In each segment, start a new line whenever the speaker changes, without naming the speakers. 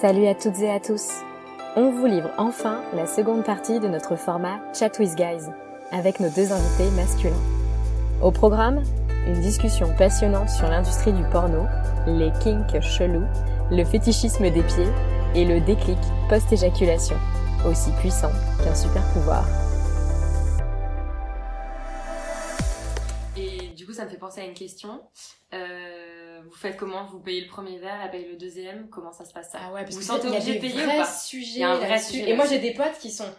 Salut à toutes et à tous. On vous livre enfin la seconde partie de notre format Chat with Guys avec nos deux invités masculins. Au programme, une discussion passionnante sur l'industrie du porno, les kinks chelous, le fétichisme des pieds et le déclic post-éjaculation, aussi puissant qu'un super pouvoir.
Et du coup, ça me fait penser à une question. Euh, vous faites comment Vous payez le premier verre, elle paye le deuxième Comment ça se passe ça
Ah ouais, parce
Vous
que
sentez
il y a
obligé
des
de payer ou
vrais
pas
sujets
Il y a un vrai
là-dessus.
sujet
Et moi, j'ai
là-dessus.
des potes qui sont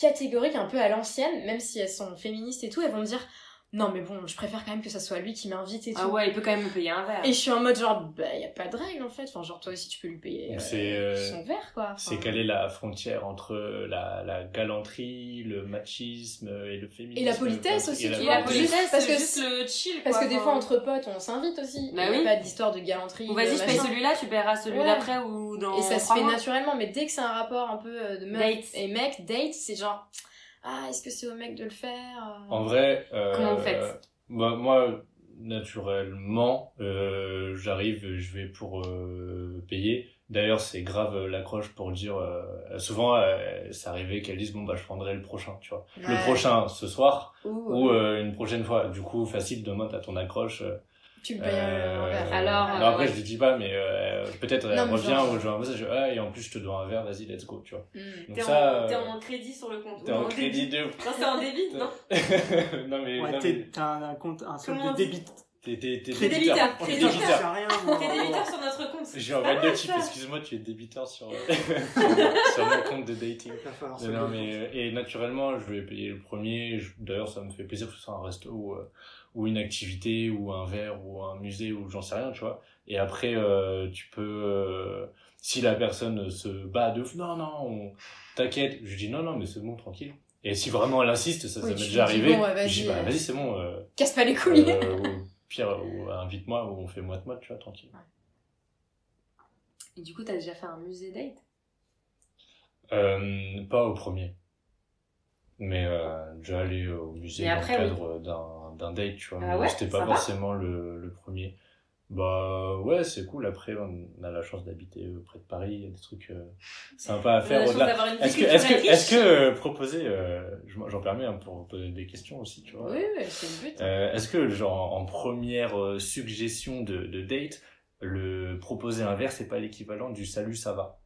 catégoriques un peu à l'ancienne, même si elles sont féministes et tout, elles vont me dire non, mais bon, je préfère quand même que ça soit lui qui m'invite et tout.
Ah ouais, il peut quand même me payer un verre.
Et je suis en mode genre, bah, y a pas de règle en fait. Enfin, genre, toi aussi, tu peux lui payer
Donc,
euh,
c'est, euh,
son verre quoi. Enfin,
C'est quelle est la frontière entre euh, la, la galanterie, le machisme euh, et le féminisme euh,
Et la politesse aussi,
Et
tu
la
Juste
politesse,
parce
c'est
que
juste le chill.
Parce
quoi.
que des
Enfin,
fois, entre potes, on s'invite aussi.
Bah
Il y a
oui.
Pas d'histoire de galanterie.
Ou
de
vas-y, je paye
machin.
celui-là, tu paieras celui
Ouais.
d'après ou dans.
Et ça se
trois
fait
mois.
naturellement, mais dès que c'est un rapport un peu euh, de meuf
Date.
et mec, date, c'est genre, ah, est-ce que c'est au mec de le faire
En vrai, euh,
Comment vous faites
bah, moi, naturellement, euh, j'arrive, je vais pour euh, payer. D'ailleurs, c'est grave euh, l'accroche pour dire. euh, souvent, euh, c'est arrivé qu'elles disent bon bah je prendrai le prochain, tu vois. Le prochain ce soir ou euh, une prochaine fois. Du coup, facile demain t'as ton accroche. euh,
Tu me payes
Euh,
un verre.
Alors,
non,
euh,
après,
ouais.
je lui dis pas, mais euh, peut-être elle
Non, mais
revient
genre-
ou je vois un message, ah, et en plus, je te dois un verre, vas-y, let's go, tu vois.
Mm.
Donc
T'es
ça,
en,
euh,
t'es en crédit sur le compte.
t'es
Ou
en
en
crédit
débit.
de.
Non, c'est en débit, non
non, mais.
Ouais,
non,
t'es-
mais
t'as un, un compte, un solde
Comment on
de
dit
débit.
T'es t'es- t'es
T'es
débiteur.
débiteur,
T'es
t'es
Putain, je
débiteur.
sais rien, hein. moi.
T'es débiteur sur notre compte.
J'ai envoyé
mal,
de type,
Ah, ça.
excuse-moi, tu es débiteur sur, sur, sur mon compte de dating.
Il va falloir se
Non, non,
lever.
mais, euh, et naturellement, je vais payer le premier. Je- D'ailleurs, ça me fait plaisir que ce soit un resto ou, euh, ou une activité ou un verre ou un musée ou j'en sais rien, tu vois. Et après, euh, tu peux, euh, si la personne se bat de ouf, non, non, on- t'inquiète. Je dis non, non, mais c'est bon, tranquille. Et si vraiment elle insiste, ça,
Oui,
ça m'est
tu
déjà
dis,
arrivé.
bon, ouais, vas-y,
je dis, bah,
euh,
vas-y, c'est bon. Euh,
Casse pas les couilles.
euh, ou pire, ou invite-moi ou on fait moite-moite, tu vois, tranquille.
Et du coup, t'as déjà fait un musée date
Euh, pas au premier. Mais euh, déjà aller au musée
Mais
dans
après,
le cadre d'un- d'un date, tu vois.
Ah
mais
ouais,
c'était pas
ça va
forcément le, le premier. Bah ouais, c'est cool. Après, on a la chance d'habiter euh, près de Paris. Il y a des trucs euh, sympas
On a
à
la
faire
chance
au-delà.
d'avoir une vie
Est-ce que, est-ce que,
culturelle
est-ce que
riche.
euh, proposer, euh, je m'en- j'en permets hein, pour poser des questions aussi, tu vois.
Oui, oui, c'est le but.
Euh, Est-ce que, genre, en première euh, suggestion de, de date, le proposer un verre, c'est pas l'équivalent du salut, ça va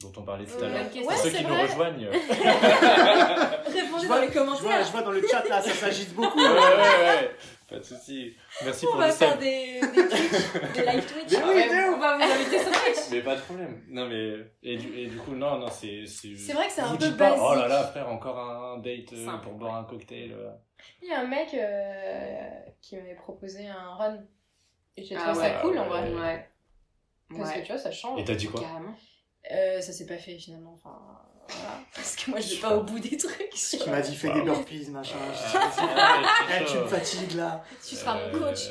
Dont on parlait tout
Ouais,
à l'heure.
bonne
Pour
question.
ceux
Euh, c'est
qui nous
vrai.
rejoignent. ouais,
Répondez
Je
dans
vois-
les
Je vois,
commentaires.
je vois dans le chat là, ça s'agite beaucoup.
ouais, ouais, pas de soucis. Merci
On
pour le
va faire
sub.
des, des Twitch, des live Twitch.
Mais
Ah
oui,
ouais,
de
on va vous inviter sur Twitch.
Mais pas de problème. Non, mais. Et du, et du coup, non, non, c'est.
C'est vrai que c'est un
vous
peu
dites pas,
basique.
Oh là là, frère, encore un date euh,
Simple,
pour boire un cocktail. euh.
Il y a un mec euh, qui m'avait proposé un run. Et j'ai
Ah
trouvé ça
ouais,
cool en
ouais.
vrai.
Ouais.
Parce que
Ouais.
tu vois, ça change.
Et t'as dit quoi
Carrément.
Euh, ça s'est pas fait finalement. Enfin, voilà. Parce que moi, je vais
Je
pas au bout des trucs.
Tu m'as dit fais des
Wow.
burpees, machin.
Ah,
Je sais pas si-
ouais,
Eh,
c'est
tu me
chaud.
fatigues là.
Tu seras mon
Euh,
coach.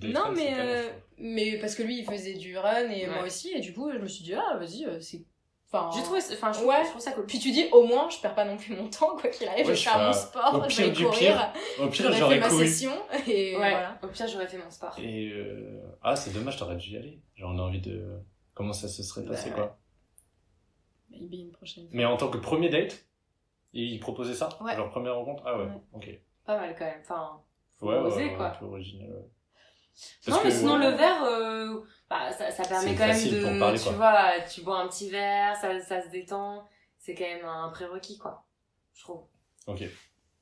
date
Non,
night, c'est
mais,
pas mal,
euh, mais parce que lui, il faisait du run et
Ouais.
moi aussi. Et du coup, je me suis dit, ah, vas-y, euh, c'est. Enfin,
J'ai trouvé, enfin, je trouve,
Ouais.
je trouve ça cool.
Puis tu dis, au moins, je perds pas non plus mon temps, quoi qu'il arrive.
Ouais,
je
je
vais faire
fais
mon
un-
sport,
au
je
pire
vais
du
courir.
Au pire,
j'aurais
j'aurais
fait ma
couru.
session. Et
Ouais.
voilà.
Au pire, j'aurais fait mon sport.
Et euh, ah, c'est dommage, t'aurais dû y aller. Genre, on a envie de. Comment ça se serait passé,
Bah,
quoi.
Maybe une prochaine fois.
Mais en tant que premier date, il proposait ça
Ouais.
Genre, première rencontre Ah ouais,
Ouais.
ok. Ouais,
Pas mal quand même. Enfin,
ouais,
Proposer,
ouais,
quoi.
un peu original. ouais.
non,
Parce
mais
que,
sinon,
ouais,
le verre, euh, bah, ça, ça permet
C'est
quand même
facile
de.
pour parler,
tu
quoi.
vois, tu bois un petit verre, ça, ça se détend. C'est quand même un prérequis, quoi. Je trouve.
Ok.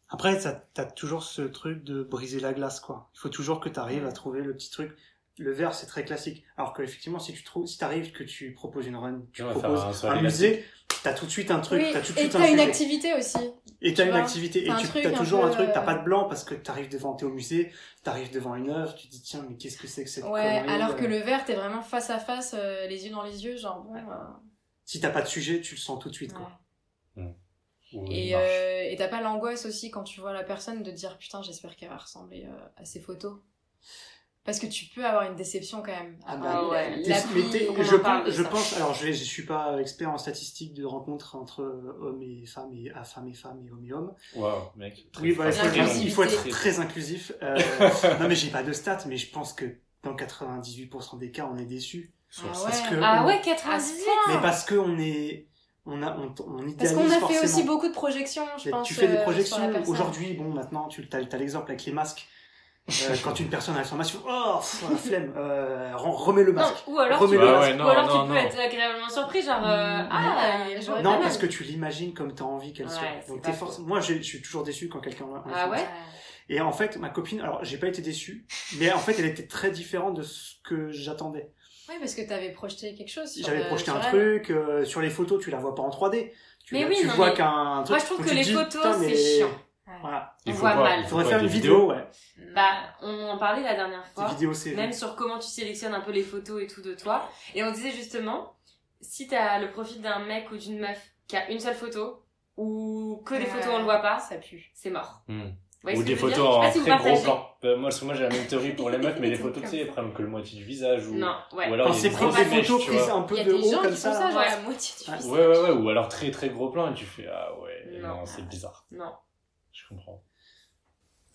Après, ça- t'as toujours ce truc de briser la glace, quoi. Il faut toujours que t'arrives à trouver le petit truc. Le verre, c'est très classique. Alors que effectivement, si tu trouves, si t'arrives que tu proposes une run, tu
On va faire
proposes
un
un,
soirée
musée, T'as tout de suite un truc,
Oui,
t'as tout de
et
suite un
t'as une
sujet.
activité aussi.
Et t'as
tu
une
vois.
activité, et
Enfin, un
tu
truc
t'as
un
toujours
peu,
un truc, t'as
euh,
pas de blanc parce que t'arrives devant, t'es au musée, t'arrives devant une œuvre, tu te dis tiens, mais qu'est-ce que c'est que cette
Ouais,
connerie,
alors
euh,
que le verre, t'es vraiment face à face, euh, les yeux dans les yeux, genre bon. euh,
Si t'as pas de sujet, tu le sens tout de suite,
ouais.
quoi.
Ou une
Et
marche.
euh, et t'as pas l'angoisse aussi quand tu vois la personne de te dire putain, j'espère qu'elle va ressembler euh, à ces photos. Parce que tu peux avoir une déception quand même.
Ah
Après,
bah,
ouais,
T'es-
la
mais
pluie,
t'es-
on
je,
en parle
pense,
de
je
ça.
pense, alors je, vais- je suis pas expert en statistiques de rencontres entre euh, hommes et femmes et à femmes et femmes et hommes et hommes.
Waouh, mec. très
Oui, bah, il, faut
fort.
être,
L'inclusivité.
il faut être très inclusif. Euh, non mais j'ai pas de stats, mais je pense que dans 98% des cas, on est déçu.
Sur
Ah
ça,
Parce
ouais.
que
Ah
on-
ouais,
à ce
98
point.
Mais parce que on est, on a, on, on idéalise
Parce qu'on a fait aussi
forcément.
beaucoup de projections, je
Mais
pense.
tu fais
euh,
des
sur la
projections
personne.
aujourd'hui. Bon, maintenant, tu as, l'exemple avec les masques. Euh, quand une personne a l'information, oh, pff, la flemme, euh, rem- remets le
Non,
masque.
ou alors, tu,
Remets-le.
Ah ouais,
ou
non,
alors tu
non,
peux
non.
être agréablement surpris, genre, euh,
Mm.
ah,
Ouais,
j'aurais
ouais,
pas
Non,
mal.
parce que tu l'imagines comme t'as envie qu'elle
Ouais,
soit.
c'est
Donc
pas
t'es forcément. Moi, j'ai- je suis toujours déçu quand quelqu'un l'a.
Ah ouais
Et en fait, ma copine, alors j'ai pas été déçu, mais en fait, elle était très différente de ce que j'attendais.
Oui, parce que t'avais projeté quelque chose. sur,
J'avais
euh,
projeté
sur
un
elle.
truc euh, sur les photos, tu la vois pas en 3D. Tu,
Mais
la-
oui,
tu
non,
vois
mais-
qu'un
Moi,
truc.
je trouve
où
que
tu
les
te dis,
photos,
Putain, mais-
c'est chiant.
Voilà.
Il
On
faut
voit
quoi
mal.
Il
Il
faut
faudrait
quoi,
faire une
des
vidéo,
vidéos
ouais.
Bah, on en parlait la dernière
Des
fois.
vidéos, c'est.
même sur comment tu sélectionnes un peu les photos et tout de toi. Et on disait justement, si t'as le profil d'un mec ou d'une meuf qui a une seule photo, ou que des
Ouais.
photos on le voit pas,
Ah, Ça pue.
c'est mort.
Hmm.
Vous voyez
Ou
ce que
des
je veux
photos
dire
en
Je sais pas
très
si vous partagez.
gros plan. Bah, moi, parce que moi, j'ai la même théorie pour les meufs, mais les
Des
photos, tu sais, elles prennent que le moitié du visage. Ou,
Non, ouais.
ou alors,
Quand
il y a
c'est
une
pris
grosse
des
mèche,
photos
tu
prises
vois.
un peu
Il y a
de
des
haut
gens
comme
qui font ça,
ça.
genre
Ouais.
la moitié du
Ouais.
visage.
Ouais, ouais, ouais. Ou alors très, très gros plan et tu fais Ah ouais,
Non.
non, c'est bizarre.
Non.
Je comprends.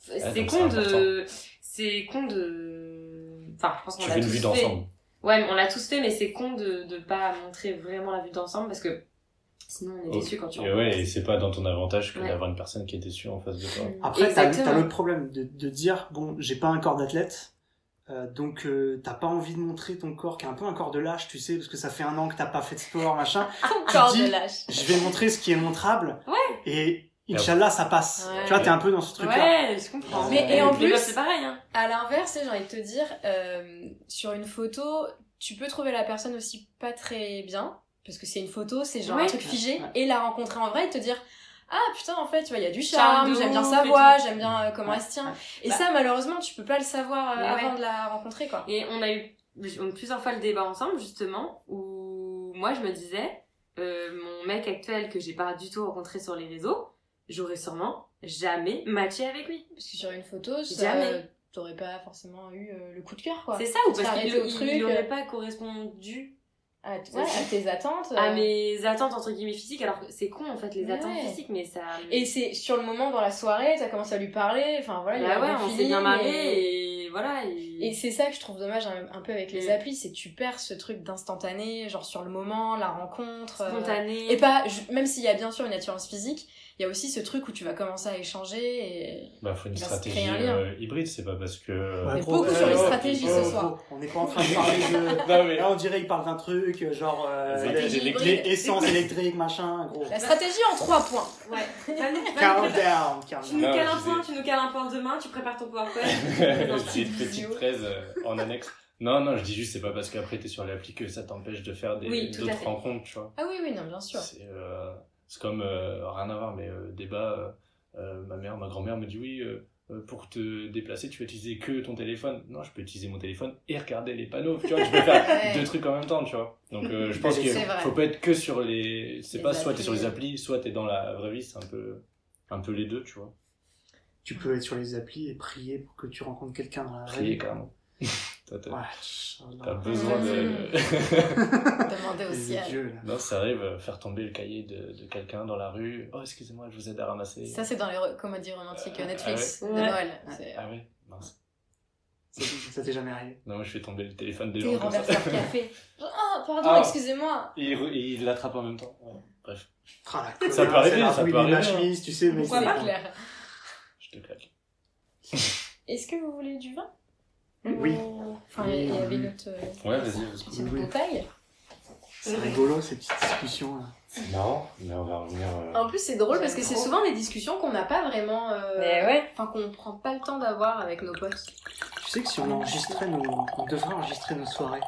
Ah,
C'est
donc
con
c'est
de. C'est con de. Enfin, je pense qu'on
Tu
l'a
fais une
tous
vue
fait.
d'ensemble.
Ouais, mais on l'a tous fait, mais c'est con de ne pas montrer vraiment la vue d'ensemble parce que sinon on est
Oh.
déçu quand tu
Et ouais, et c'est pas dans ton avantage que
Ouais.
d'avoir une personne qui est déçue en face de toi.
Après, t'as le-
Exactement.
t'as le problème de, de dire bon, j'ai pas un corps d'athlète, euh, donc euh, t'as pas envie de montrer ton corps qui est un peu un corps de lâche, tu sais, parce que ça fait un an que t'as pas fait de sport, machin.
Corps
dis-
de lâche.
Je vais montrer ce qui est montrable.
Ouais.
Et
Ah
Inch'Allah, ça passe.
Ouais.
Tu vois, t'es un peu dans ce truc-là.
Ouais, je comprends.
Mais- et en
Les
plus-
meufs, c'est pareil, hein.
À l'inverse, j'ai envie de te dire, euh, sur une photo, tu peux trouver la personne aussi pas très bien, parce que c'est une photo, c'est genre un
Ouais.
truc figé,
Ouais.
et la rencontrer en vrai et te dire Ah putain, en fait, tu vois, il y a du
Charme
charme,
de
j'aime bien
ouf
sa
et
voix, j'aime bien euh, comment
Ouais.
elle se tient.
Ouais.
Et
Bah.
ça, malheureusement, tu peux pas le savoir euh,
Mais
avant
ouais.
de la rencontrer, quoi.
Et on a eu on a eu plusieurs fois le débat ensemble, justement, où moi je me disais, euh, mon mec actuel que j'ai pas du tout rencontré sur les réseaux, j'aurais sûrement jamais matché avec lui.
Parce que sur une photo, ça,
Jamais.
euh, t'aurais pas forcément eu euh, le coup de cœur, quoi.
C'est ça ou
Tu
parce
t'arrêtes
qu'il
au
il,
truc,
il
euh,
aurait pas correspondu
À, t- ouais, à tes attentes.
à
euh.
mes attentes entre guillemets physiques, alors que c'est con en fait les
Ouais.
attentes physiques, mais ça.
Et c'est sur le moment, dans la soirée, t'as commencé à lui parler, enfin voilà, il y a
Bah
un
ouais,
bon
on s'est
feeling,
bien
et-
marré et voilà. et-
Et c'est ça que je trouve dommage hein, un, un peu avec les
Mm.
applis, c'est que tu perds ce truc d'instantané, genre sur le moment, la rencontre. euh,
spontané.
Et pas, je- même s'il y a bien sûr une attirance physique, il y a aussi ce truc où tu vas commencer à échanger et.
Bah, faut une
Bah, c'est
stratégie
créer un lien.
euh, hybride, c'est pas parce que. euh,
Ouais,
Mais
gros,
beaucoup
euh,
sur les
ouais,
stratégies
gros,
ce soir.
gros, On n'est pas en train de parler de.
Non, mais.
Là, on dirait qu'il parle d'un truc, euh, genre. euh,
Des
les-
électriques.
les- les essences électriques, machin, gros.
La stratégie en trois points.
Ouais. Va nous- va nous
Calm
préparer-
down, calm
Tu
down.
nous
Non,
cales
je
un point,
disais-
tu nous cales un point demain, tu prépares ton PowerPoint.
J'ai une
Vidéo.
petite presse euh, en annexe. Non, non, je dis juste, c'est pas parce qu'après t'es sur l'appli que ça t'empêche de faire des
Oui, tout à
d'autres
fait.
rencontres, tu vois.
Ah oui, oui, non, bien sûr.
C'est euh, c'est comme, euh, rien à voir, mais euh, débat, euh, euh, ma mère, ma grand-mère me dit oui, euh, euh, pour te déplacer, tu vas utiliser que ton téléphone. Non, je peux utiliser mon téléphone et regarder les panneaux, tu vois, je peux faire
Ouais.
deux trucs en même temps, tu vois. Donc euh, je pense
C'est
qu'il
vrai.
faut pas être que sur les... C'est
Les
pas soit t'es sur les
applis.
applis, soit t'es dans la vraie vie, c'est un peu, un peu les deux, tu vois.
Tu peux être sur les applis et prier pour que tu rencontres quelqu'un dans la vraie
Prier
vie, quoi.
quand même. Toi, t'as-
Ouais,
T'as
Inch'Allah.
besoin de...
Demander au
Les
ciel.
dieux, là.
Non, ça arrive, euh, faire tomber le cahier de, de quelqu'un dans la rue. Oh, excusez-moi, je vous aide à ramasser.
Ça, c'est dans les re- comédies romantiques euh, Netflix
ouais.
de
Ouais.
Noël. C'est-
Ah oui, mince.
Ça t'est- Ça t'est jamais arrivé.
Non, moi je fais tomber le téléphone des
T'es
gens comme ça.
renversé leur café. Genre, Ah, pardon,
Ah.
excusez-moi.
Et il, re- et il l'attrape en même temps. Ouais, Bref,
Ah, la
Ça
colère,
peut arriver,
la
ça
rouille
peut
de ma
arriver, hein.
chemise, tu sais, mais
Pourquoi
c'est-
pas
C'est clair.
je te claque.
Est-ce que vous voulez du vin
Oui.
Ou- Enfin, il y avait une autre euh,
Ouais, vas-y, vas-y.
petite
Oui.
bouteille.
C'est rigolo ces petites discussions. là.
C'est marrant, mais on va revenir. euh,
Oh.
En plus, c'est drôle parce que
J'aime
c'est
trop.
souvent des discussions qu'on n'a pas vraiment. euh,
Mais ouais.
Enfin, qu'on prend pas le temps d'avoir avec nos potes.
Tu sais que si on enregistrait nos. On devrait enregistrer nos soirées.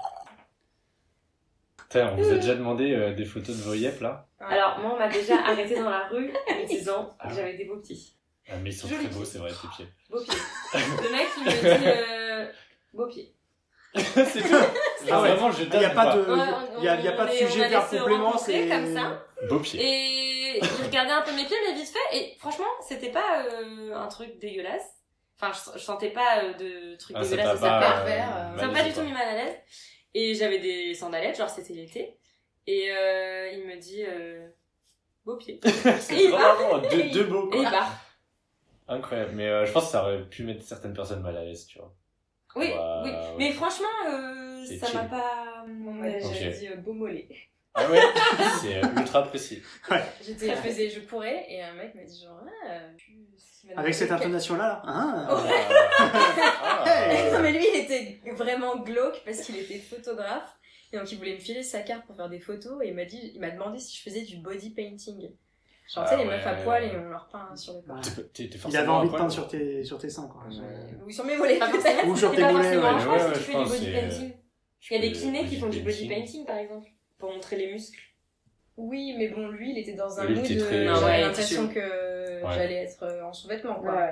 Putain, on vous a déjà demandé euh, des photos de vos yep là
Alors, moi, on m'a déjà arrêté dans la rue en me disant que j'avais des beaux petits.
Ah, Mais ils sont
Joli.
très beaux, c'est vrai, tes pieds.
Beaux pieds. Le mec, il me dit euh, beaux pieds.
c'est tout
Ah ouais.
Vraiment, je
Il n'y a
donne
pas de,
Ouais, on-
il y a, il y a
on
pas de
est- on a
sujet vers
laissé
complément,
rencontrer
c'est
comme ça.
Beaux pieds.
Et j'ai regardé un peu mes pieds, mais vite fait. Et franchement, c'était pas euh, un truc dégueulasse. Enfin, je, je sentais pas euh, de truc
Ah, ça
dégueulasse.
t'a
et ça
pas,
part.
part vers, euh,
Ça m'a pas
malaisé,
du tout
quoi.
mis mal à l'aise. Et j'avais des sandalettes, genre c'était l'été. Et euh, il me dit euh, beau pied. Et
C'est
il part.
vraiment deux, deux beaux
Et il
quoi.
part.
Incroyable, mais euh, je pense que ça aurait pu mettre certaines personnes mal à l'aise, tu vois.
Oui,
Bah,
oui.
ouais.
Mais franchement, euh,
C'est
ça
chill.
m'a pas.
Bon, moi,
Ouais,
j'avais
Ok.
dit euh, beau mollet.
Ah ouais C'est euh, ultra précis.
J'étais,
Très
je faisais, je pourrais, et un mec m'a dit genre, ah, euh, tu- si madame-
Avec cette intonation-là, là. Ah.
Ah. Ah.
Non, mais lui, il était vraiment glauque parce qu'il était photographe. Et donc, il voulait me filer sa carte pour faire des photos. Et il m'a dit, il m'a demandé si je faisais du body painting. Genre, tu
Ah
sais, les
ouais.
meufs à poil et on leur peint sur le corps.
Ouais.
T'es- t'es- t'es
Il
forcément
avait envie de
un poil.
peindre sur tes, sur tes seins, quoi.
Ouais.
Ou sur mes mollets,
Pas
peut-être.
Ou sur
C'est
tes
pas
mollets,
forcément,
ouais.
je
Ouais,
pense
ouais,
que tu
je
fais
pense
du body
que c'est,
painting.
Tu
Il y a des
peux-
kinés qui font du body
painting.
painting par exemple, pour montrer les muscles.
Oui, mais bon, lui, il était dans un
Lui, il
mood.
était très-
euh,
Non,
ouais, il
J'avais
était
l'impression
sûr.
que
Ouais.
j'allais être euh, en sous-vêtements, quoi.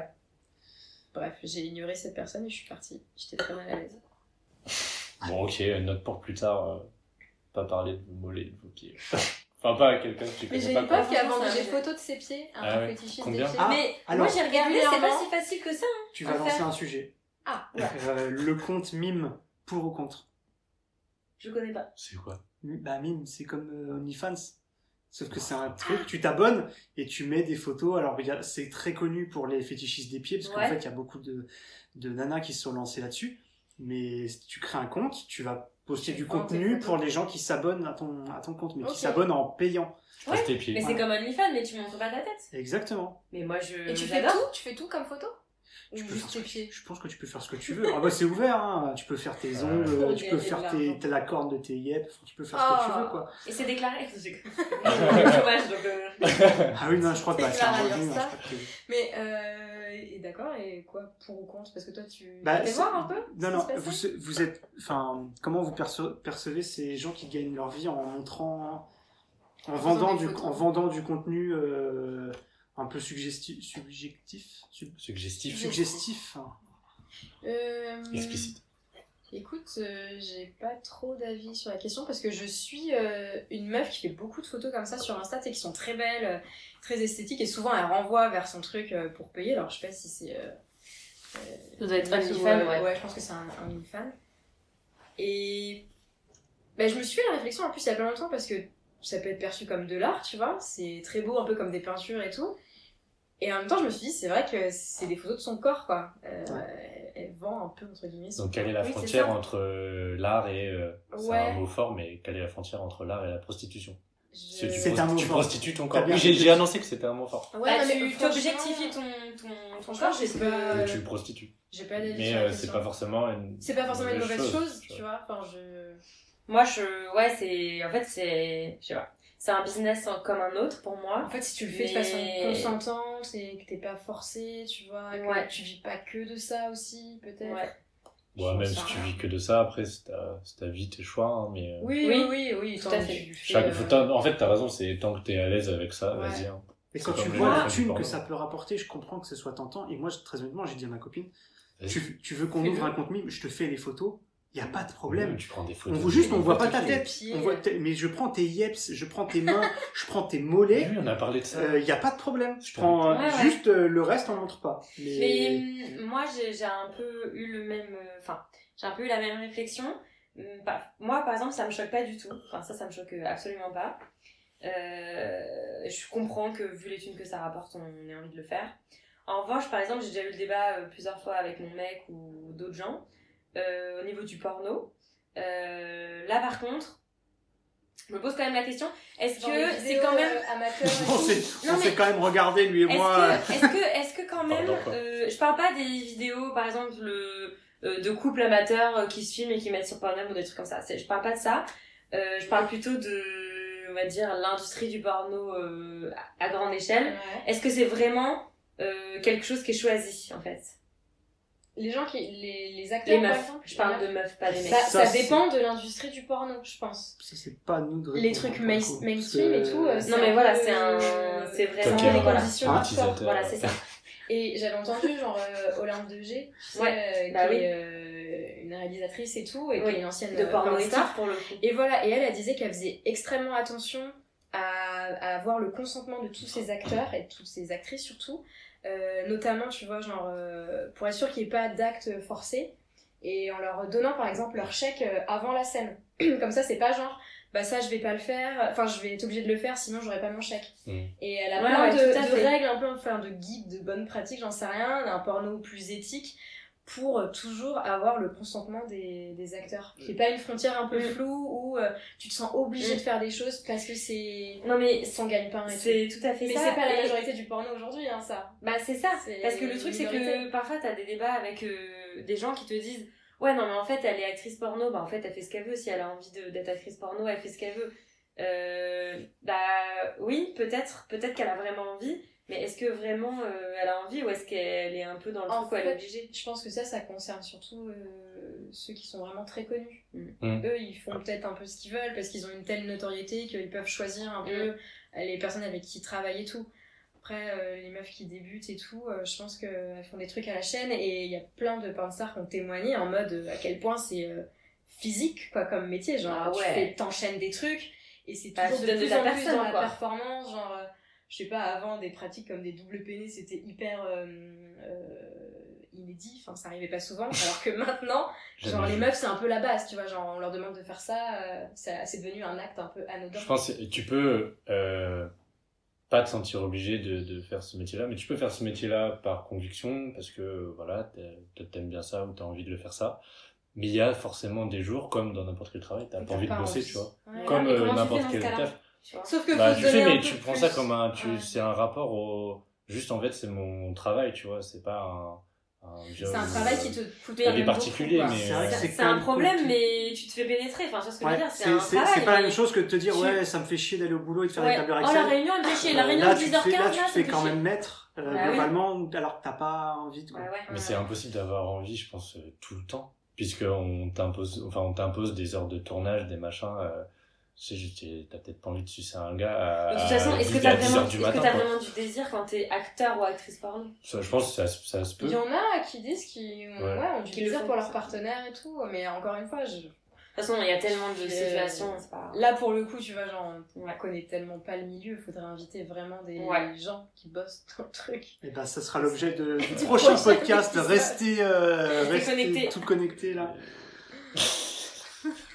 Bref, j'ai ignoré cette personne et je suis partie. J'étais très mal à l'aise.
Bon, ok, note pour plus tard, euh, pas parler de vos mollets, de vos pieds. enfin, pas à quelqu'un que tu
Mais
connais
j'ai
pas.
une
quoi.
pote qui a
Franchement,
vendu
ça
des
me-
photos de ses pieds à
Ah
un
ouais.
fétichiste des
Combien
pieds.
Ah,
mais
alors-
moi j'ai regardé, c'est pas
Régulièrement.
si facile que ça. hein.
Tu vas
Enfin.
lancer un sujet.
Ah,
Euh, le compte mime pour ou contre
Je connais pas.
C'est quoi
Mi- Bah mime, c'est comme euh, OnlyFans. Sauf que c'est
Ah.
un truc, tu t'abonnes et tu mets des photos. Alors il y a- c'est très connu pour les fétichistes des pieds, parce qu'en
Ouais.
fait il y a beaucoup de, de nanas qui se sont lancées là-dessus. Mais si tu crées un compte, tu vas poster
Tu
du
prends tes
contenu
photos.
pour les gens qui s'abonnent à ton, à ton compte, mais
Ok.
qui s'abonnent en payant.
Je passe
Ouais,
tes pieds.
Mais c'est comme OnlyFans, mais tu montres pas ta tête.
Exactement.
Mais moi je.
Et tu fais
j'adore.
tout Tu fais tout comme photo Ou
Tu peux
juste
faire
tes
ce que-
pieds
Je pense que tu peux faire ce que tu veux. Ah bah c'est ouvert, hein. tu peux faire tes
Ouais.
ongles,
Pour
tu
Ah, gagner
peux
de
faire
l'argent.
tes, t'as la corne de tes yeux, tu peux faire ce que
Ah.
tu veux quoi.
Et c'est déclaré. C'est dommage donc. euh,
Ah oui, non, je crois que bah, c'est
C'est
un
clair,
revenu.
alors
hein,
ça.
je crois que-
Mais euh, et d'accord, et quoi pour ou contre Parce que toi, tu
Bah,
t'as été
c'est-
voir un peu
Non, non,
vous...
vous, se- vous êtes. Enfin, comment vous perce- percevez ces gens qui gagnent leur vie en montrant. en,
faisant
vendant,
des
du,
photos.
en vendant du contenu euh, un peu suggesti- subjectif sub-
Suggestif.
Suggestif,
Suggestif. hein.
Euh, Mmh.
explicite.
Écoute, euh, j'ai pas trop d'avis sur la question parce que je suis euh, une meuf qui fait beaucoup de photos comme ça sur Insta et qui sont très belles, euh, très esthétiques et souvent elle renvoie vers son truc euh, pour payer. Alors je sais pas si c'est euh,
Ça doit être
Ou,
OnlyFans,
euh,
ouais.
je pense que c'est un, un OnlyFans. Et bah, je me suis fait la réflexion en plus il y a pas longtemps parce que ça peut être perçu comme de l'art, tu vois. C'est très beau, un peu comme des peintures et tout. Et en même temps, je me suis dit, c'est vrai que c'est des photos de son corps, quoi. Euh, Elle vend un peu, entre guillemets, son
Donc, quelle est la
Oui, c'est
frontière
ça.
entre euh, l'art et. euh, C'est
Ouais. Euh,
un mot fort, mais quelle est la frontière entre l'art et la prostitution Parce que
Je-
tu
C'est
prosti-
un mot
Tu
fort.
prostitues ton
T'as
corps.
bien
Oui, j'ai
compris.
j'ai annoncé que c'était un mot fort.
Bah,
Ouais, non, mais
tu
franchement,
t'objectifies ton, ton, ton
franchement,
corps.
j'ai pas.
Tu le prostitues.
J'ai pas d'avis
Mais
sur la
euh, c'est
question.
pas forcément une.
C'est pas forcément une mauvaise chose,
tu
tu vois. Enfin, je.
Moi je. Ouais, c'est. En fait, c'est. Je sais pas. C'est un business comme un autre pour moi.
En fait, si tu le fais de
Mais-
façon consentante et que t'es pas forcé, tu vois, que
Ouais.
tu vis pas que de ça aussi, peut-être.
Ouais.
Ouais, même si tu vis que de ça, après, c'est ta, c'est ta vie, tes choix, hein, mais. euh,
Oui,
Oui.
oui, oui, oui.
Tout
tant
à
que
fait.
tu le fais,
chaque-
euh,
faut- t'as- En fait, t'as raison, c'est tant que t'es à l'aise avec ça,
Ouais.
vas-y. hein.
Et
C'est
quand tu
comme
vois
les
la
gens qui
thune
font
que
du
ça peut rapporter, je comprends que ce soit tentant. Et moi, je- très honnêtement, j'ai dit à ma copine tu, tu veux qu'on
Fais-le.
ouvre un compte mime, je te fais les photos, il a pas de problème.
Tu prends des
On
photos.
voit juste, on
des
voit pas
photos
ta
de-
tête.
pieds.
On voit tes- mais je prends tes yeps, je prends tes mains, je prends tes
Oui,
mollets.
Ah, on a parlé de ça.
Il n'y Euh, a pas de problème. Je
Je
prends euh,
Ouais, ouais.
juste euh, le reste, on ne montre pas.
Mais
Mais,
euh,
hum, moi, j'ai j'ai un peu eu le même, euh, enfin, j'ai un peu eu la même réflexion. Hum, pas- moi, par exemple, ça me choque pas du tout. Enfin, ça, ça me choque euh, absolument pas. Euh, je comprends que vu les thunes que ça rapporte, on ait envie de le faire. En revanche, par exemple, j'ai déjà eu le débat euh, plusieurs fois avec mon mec ou d'autres gens euh, au niveau du porno. Euh, là, par contre, je me pose quand même la question est-ce
Dans les
que c'est
vidéos,
quand même
euh, amateur et
on
tout.
s'est
Non,
on s'est
mais-
quand même regardé, lui et
est-ce
moi.
que, est-ce que, est-ce que quand même,
Pardon, quoi.
euh, je parle pas des vidéos, par exemple, le, euh, de couples amateurs euh, qui se filment et qui mettent sur Pornhub ou des trucs comme ça. C'est- Je parle pas de ça. Euh, je parle plutôt de, on va dire, l'industrie du porno euh, à à grande échelle.
Ouais.
Est-ce que c'est vraiment euh, quelque chose qui est choisi, en fait
les gens qui les, les
Les
acteurs par
meufs.
exemple
Je parle de meufs, pas des mecs.
ça, ça,
Ça, c'est-
dépend de l'industrie du porno je pense
Ça, c'est pas à nous de
les
répondre,
trucs
pour le
main-
coup,
mainstream et
parce que-
tout euh, c'est
Non, mais
un
voilà,
peu- euh,
c'est un- c'est vrai,
c'est un peu
Ok.
les conditions
Ah,
du sport.
utilisateur.
Voilà, c'est ça.
et j'avais entendu genre euh, Olympe de G tu sais, euh,
bah
qui
oui.
est euh, une réalisatrice et tout et
Oui,
qui est une ancienne
De
euh,
porno
porn
et
star.
tout, pour le coup.
Et voilà, et elle, elle disait qu'elle faisait extrêmement attention à, à avoir le consentement de tous ses acteurs et de toutes ses actrices surtout. Euh, notamment, tu vois, genre, euh, pour être sûr qu'il n'y ait pas d'actes forcés et en leur donnant par exemple leur chèque euh, avant la scène. Comme ça, c'est pas genre, bah ça, je vais pas le faire, enfin, je vais être obligée de le faire sinon j'aurai pas mon chèque.
Mm.
Et elle a
Ouais,
plein
ouais,
de,
tout à
de
fait.
règles, un peu, enfin, de guides, de bonnes pratiques, j'en sais rien, d'un porno plus éthique pour euh, toujours avoir le consentement des, des acteurs. Qu'il n'y ait pas une frontière un peu
Mm.
floue où euh, tu te sens obligé
Mm.
de faire des choses parce que c'est
Non, mais
son gagne-pain et tout.
c'est tout à fait
Mais
ça.
c'est pas la
Et-
majorité du porno aujourd'hui, hein, ça.
Bah c'est ça,
C'est
parce que le truc c'est que
minorité.
parfois t'as des débats avec euh, des gens qui te disent ouais non mais en fait elle est actrice porno, bah en fait elle fait ce qu'elle veut, si elle a envie de- d'être actrice porno elle fait ce qu'elle veut. Euh, bah oui peut-être, peut-être qu'elle a vraiment envie, mais est-ce que vraiment euh, elle a envie ou est-ce qu'elle est un peu dans le
En
truc où elle est
fait-
obligée
Je pense que ça, ça concerne surtout euh, ceux qui sont vraiment très connus.
Mm.
Mm.
Eux, ils font peut-être un peu ce qu'ils veulent parce qu'ils ont une telle notoriété qu'ils peuvent choisir
Mm.
un peu euh, les personnes avec qui ils travaillent et tout. Après, euh, les meufs qui débutent et tout, euh, je pense qu'elles font des trucs à la chaîne et il y a plein de porn stars qui ont témoigné en mode euh, à quel point c'est euh, physique quoi comme métier. Genre,
Ah
tu
ouais.
fais- t'enchaînes des trucs et c'est
Bah,
toujours
tu
de
donnes de
plus
ta
en plus
personne,
dans la
quoi.
performance. Genre, euh, je sais pas, avant, des pratiques comme des doubles pénés, c'était hyper euh, euh, inédit, enfin, ça arrivait pas souvent, alors que maintenant, genre,
Jamais
les
vu.
meufs, c'est un peu la base, tu vois, genre, on leur demande de faire ça, euh, ça c'est devenu un acte un peu anodin.
Je pense que tu peux euh, pas te sentir obligé de, de faire ce métier-là, mais tu peux faire ce métier-là par conviction, parce que voilà, t'es- peut-être t'aimes bien ça ou t'as envie de le faire ça. Mais il y a forcément des jours, comme dans n'importe quel travail, t'as
T'as
pas envie de
pas
bosser,
envie.
tu vois.
Ouais.
Comme
Et
euh,
comment tu
n'importe
fais dans ce
quel
cas-là
taf.
Tu vois
Sauf que
Bah,
faut
tu
se donner
fais,
un
mais
peu
tu prends
plus.
ça comme un. tu-
Ouais.
C'est un rapport au. Juste en fait, c'est mon travail, tu vois. C'est pas un. un
C'est un travail qui te coûte
des particuliers, mais,
Bah,
euh,
C'est vrai que
Ça-
c'est
C'est
quand
un
même
problème,
compliqué.
mais tu te fais pénétrer. Enfin, tu vois ce que je
Ouais,
veux dire, c'est
c'est
un
c'est-
travail.
c'est pas la même
mais-
chose que de te dire
tu-
ouais ça me fait chier d'aller au boulot et de faire
Ouais.
des tableurs
Oh, la
Excel.
réunion, elle me fait chier. La
Euh,
réunion
là,
à
tu te
10h15,
fais, là, tu te
ça me
fais
fait
quand
chier.
même mettre euh,
Bah oui. Ah
globalement alors que t'as pas envie de quoi.
Ouais, ouais.
Mais c'est impossible d'avoir envie, je pense, euh, tout le temps. Puisqu'on t'impose, enfin, on t'impose des heures de tournage, des machins. euh, tu sais, juste, t'es- t'as peut-être pas envie de sucer un gars. À,
De toute façon, est-ce que
Euh, à
t'as
10 heures
vraiment,
du
est-ce que
matin,
t'as
quoi.
vraiment du désir quand t'es acteur ou actrice porno
Ça, je pense que ça, se- ça se peut.
Il y en a qui disent qu'ils ont-
Ouais.
ouais, ont du
Qu'ils le
plaisir
font
pour
pour
leur
ça.
partenaire et tout, mais encore une fois, je-
De toute façon, il y a tellement de
Euh,
situations, c'est pas.
là pour le coup, tu vois, genre, on
Ouais.
connaît tellement pas le milieu, il faudrait inviter vraiment des
Ouais.
gens qui bossent dans le truc.
Et ben ça sera l'objet de- du
prochain
prochain podcast.
épisode.
Restez, euh,
Restez
restez
connectés.
tout connecté là.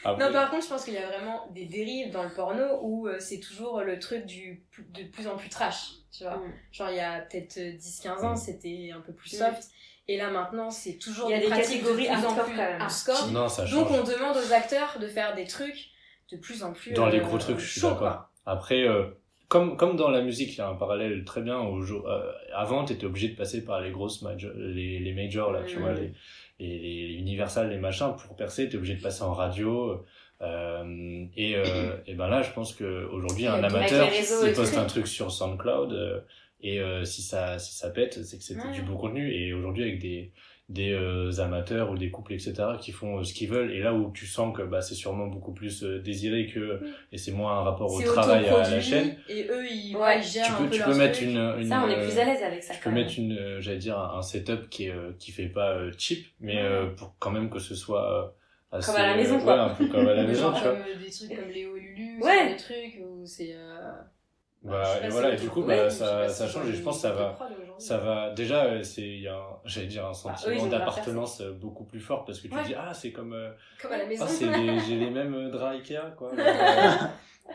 Ah
Non,
oui.
par contre, je pense qu'il y a vraiment des dérives dans le porno où euh, c'est toujours le truc du, pl- de plus en plus trash, tu vois.
Mm.
Genre, il y a peut-être euh, 10-15 ans,
Mm.
c'était un peu plus
Mm.
soft, et là maintenant, c'est toujours
Il y a des
pratiques de
catégories
plus en
hardcore,
plus
quand même.
hardcore.
Non, ça change.
Donc on demande aux acteurs de faire des trucs de plus en plus.
Dans les
euh,
gros trucs, je suis
chauds,
d'accord. Après, euh, comme, comme dans la musique, il y a un parallèle très bien. Au jour, euh, avant, tu étais obligé de passer par les grosses majors, les, les majors, là, tu
Mhm.
vois, les, les, les Universal, les machins, pour percer, tu obligé de passer en radio. euh, et, euh, et ben là, je pense qu'aujourd'hui, un
Avec les
amateur,
réseaux et
il poste
tout.
un truc sur SoundCloud. euh, et euh, si, ça, si ça pète, c'est que c'était
Ouais.
du bon contenu. Et aujourd'hui, avec des, des euh, amateurs ou des couples, etc., qui font euh, ce qu'ils veulent. Et là où tu sens que bah, c'est sûrement beaucoup plus euh, désiré que.
Mm.
Oui.
Et c'est moins un rapport au
C'est
travail à la
autoproduit,
chaîne.
Et eux, ils,
Ouais.
ouais, ils gèrent
Tu
un
peux,
peu
tu
leur
peux mettre
truc.
une. une
Ça, on est plus à
euh,
l'aise avec ça.
Tu
quand
peux
même.
mettre une, euh, j'allais dire, un un setup qui est, euh, qui fait pas euh, cheap, mais euh, pour quand même que ce soit euh, assez,
à la maison,
euh,
quoi.
ouais, un peu comme à la maison,
Genre
tu vois.
comme euh, des trucs comme Léo Lulu,
Ouais.
c'est des trucs où c'est. euh, je
Bah,
sais pas
et
si
voilà,
on
et du
peut-
coup,
ouais,
bah,
je sais pas
ça,
si
ça
c'est
change, et je
une
pense que ça va,
prod aujourd'hui.
ça va, déjà, euh, c'est, il y a un, j'allais dire un
eux, ils
sentiment
vont pas faire Bah, ça.
d'appartenance euh, beaucoup plus fort, parce que tu
Ouais.
dis, ah, c'est comme, euh,
Comme à la maison.
Ah, c'est les- j'ai les mêmes euh, draps Ikea, quoi. Euh,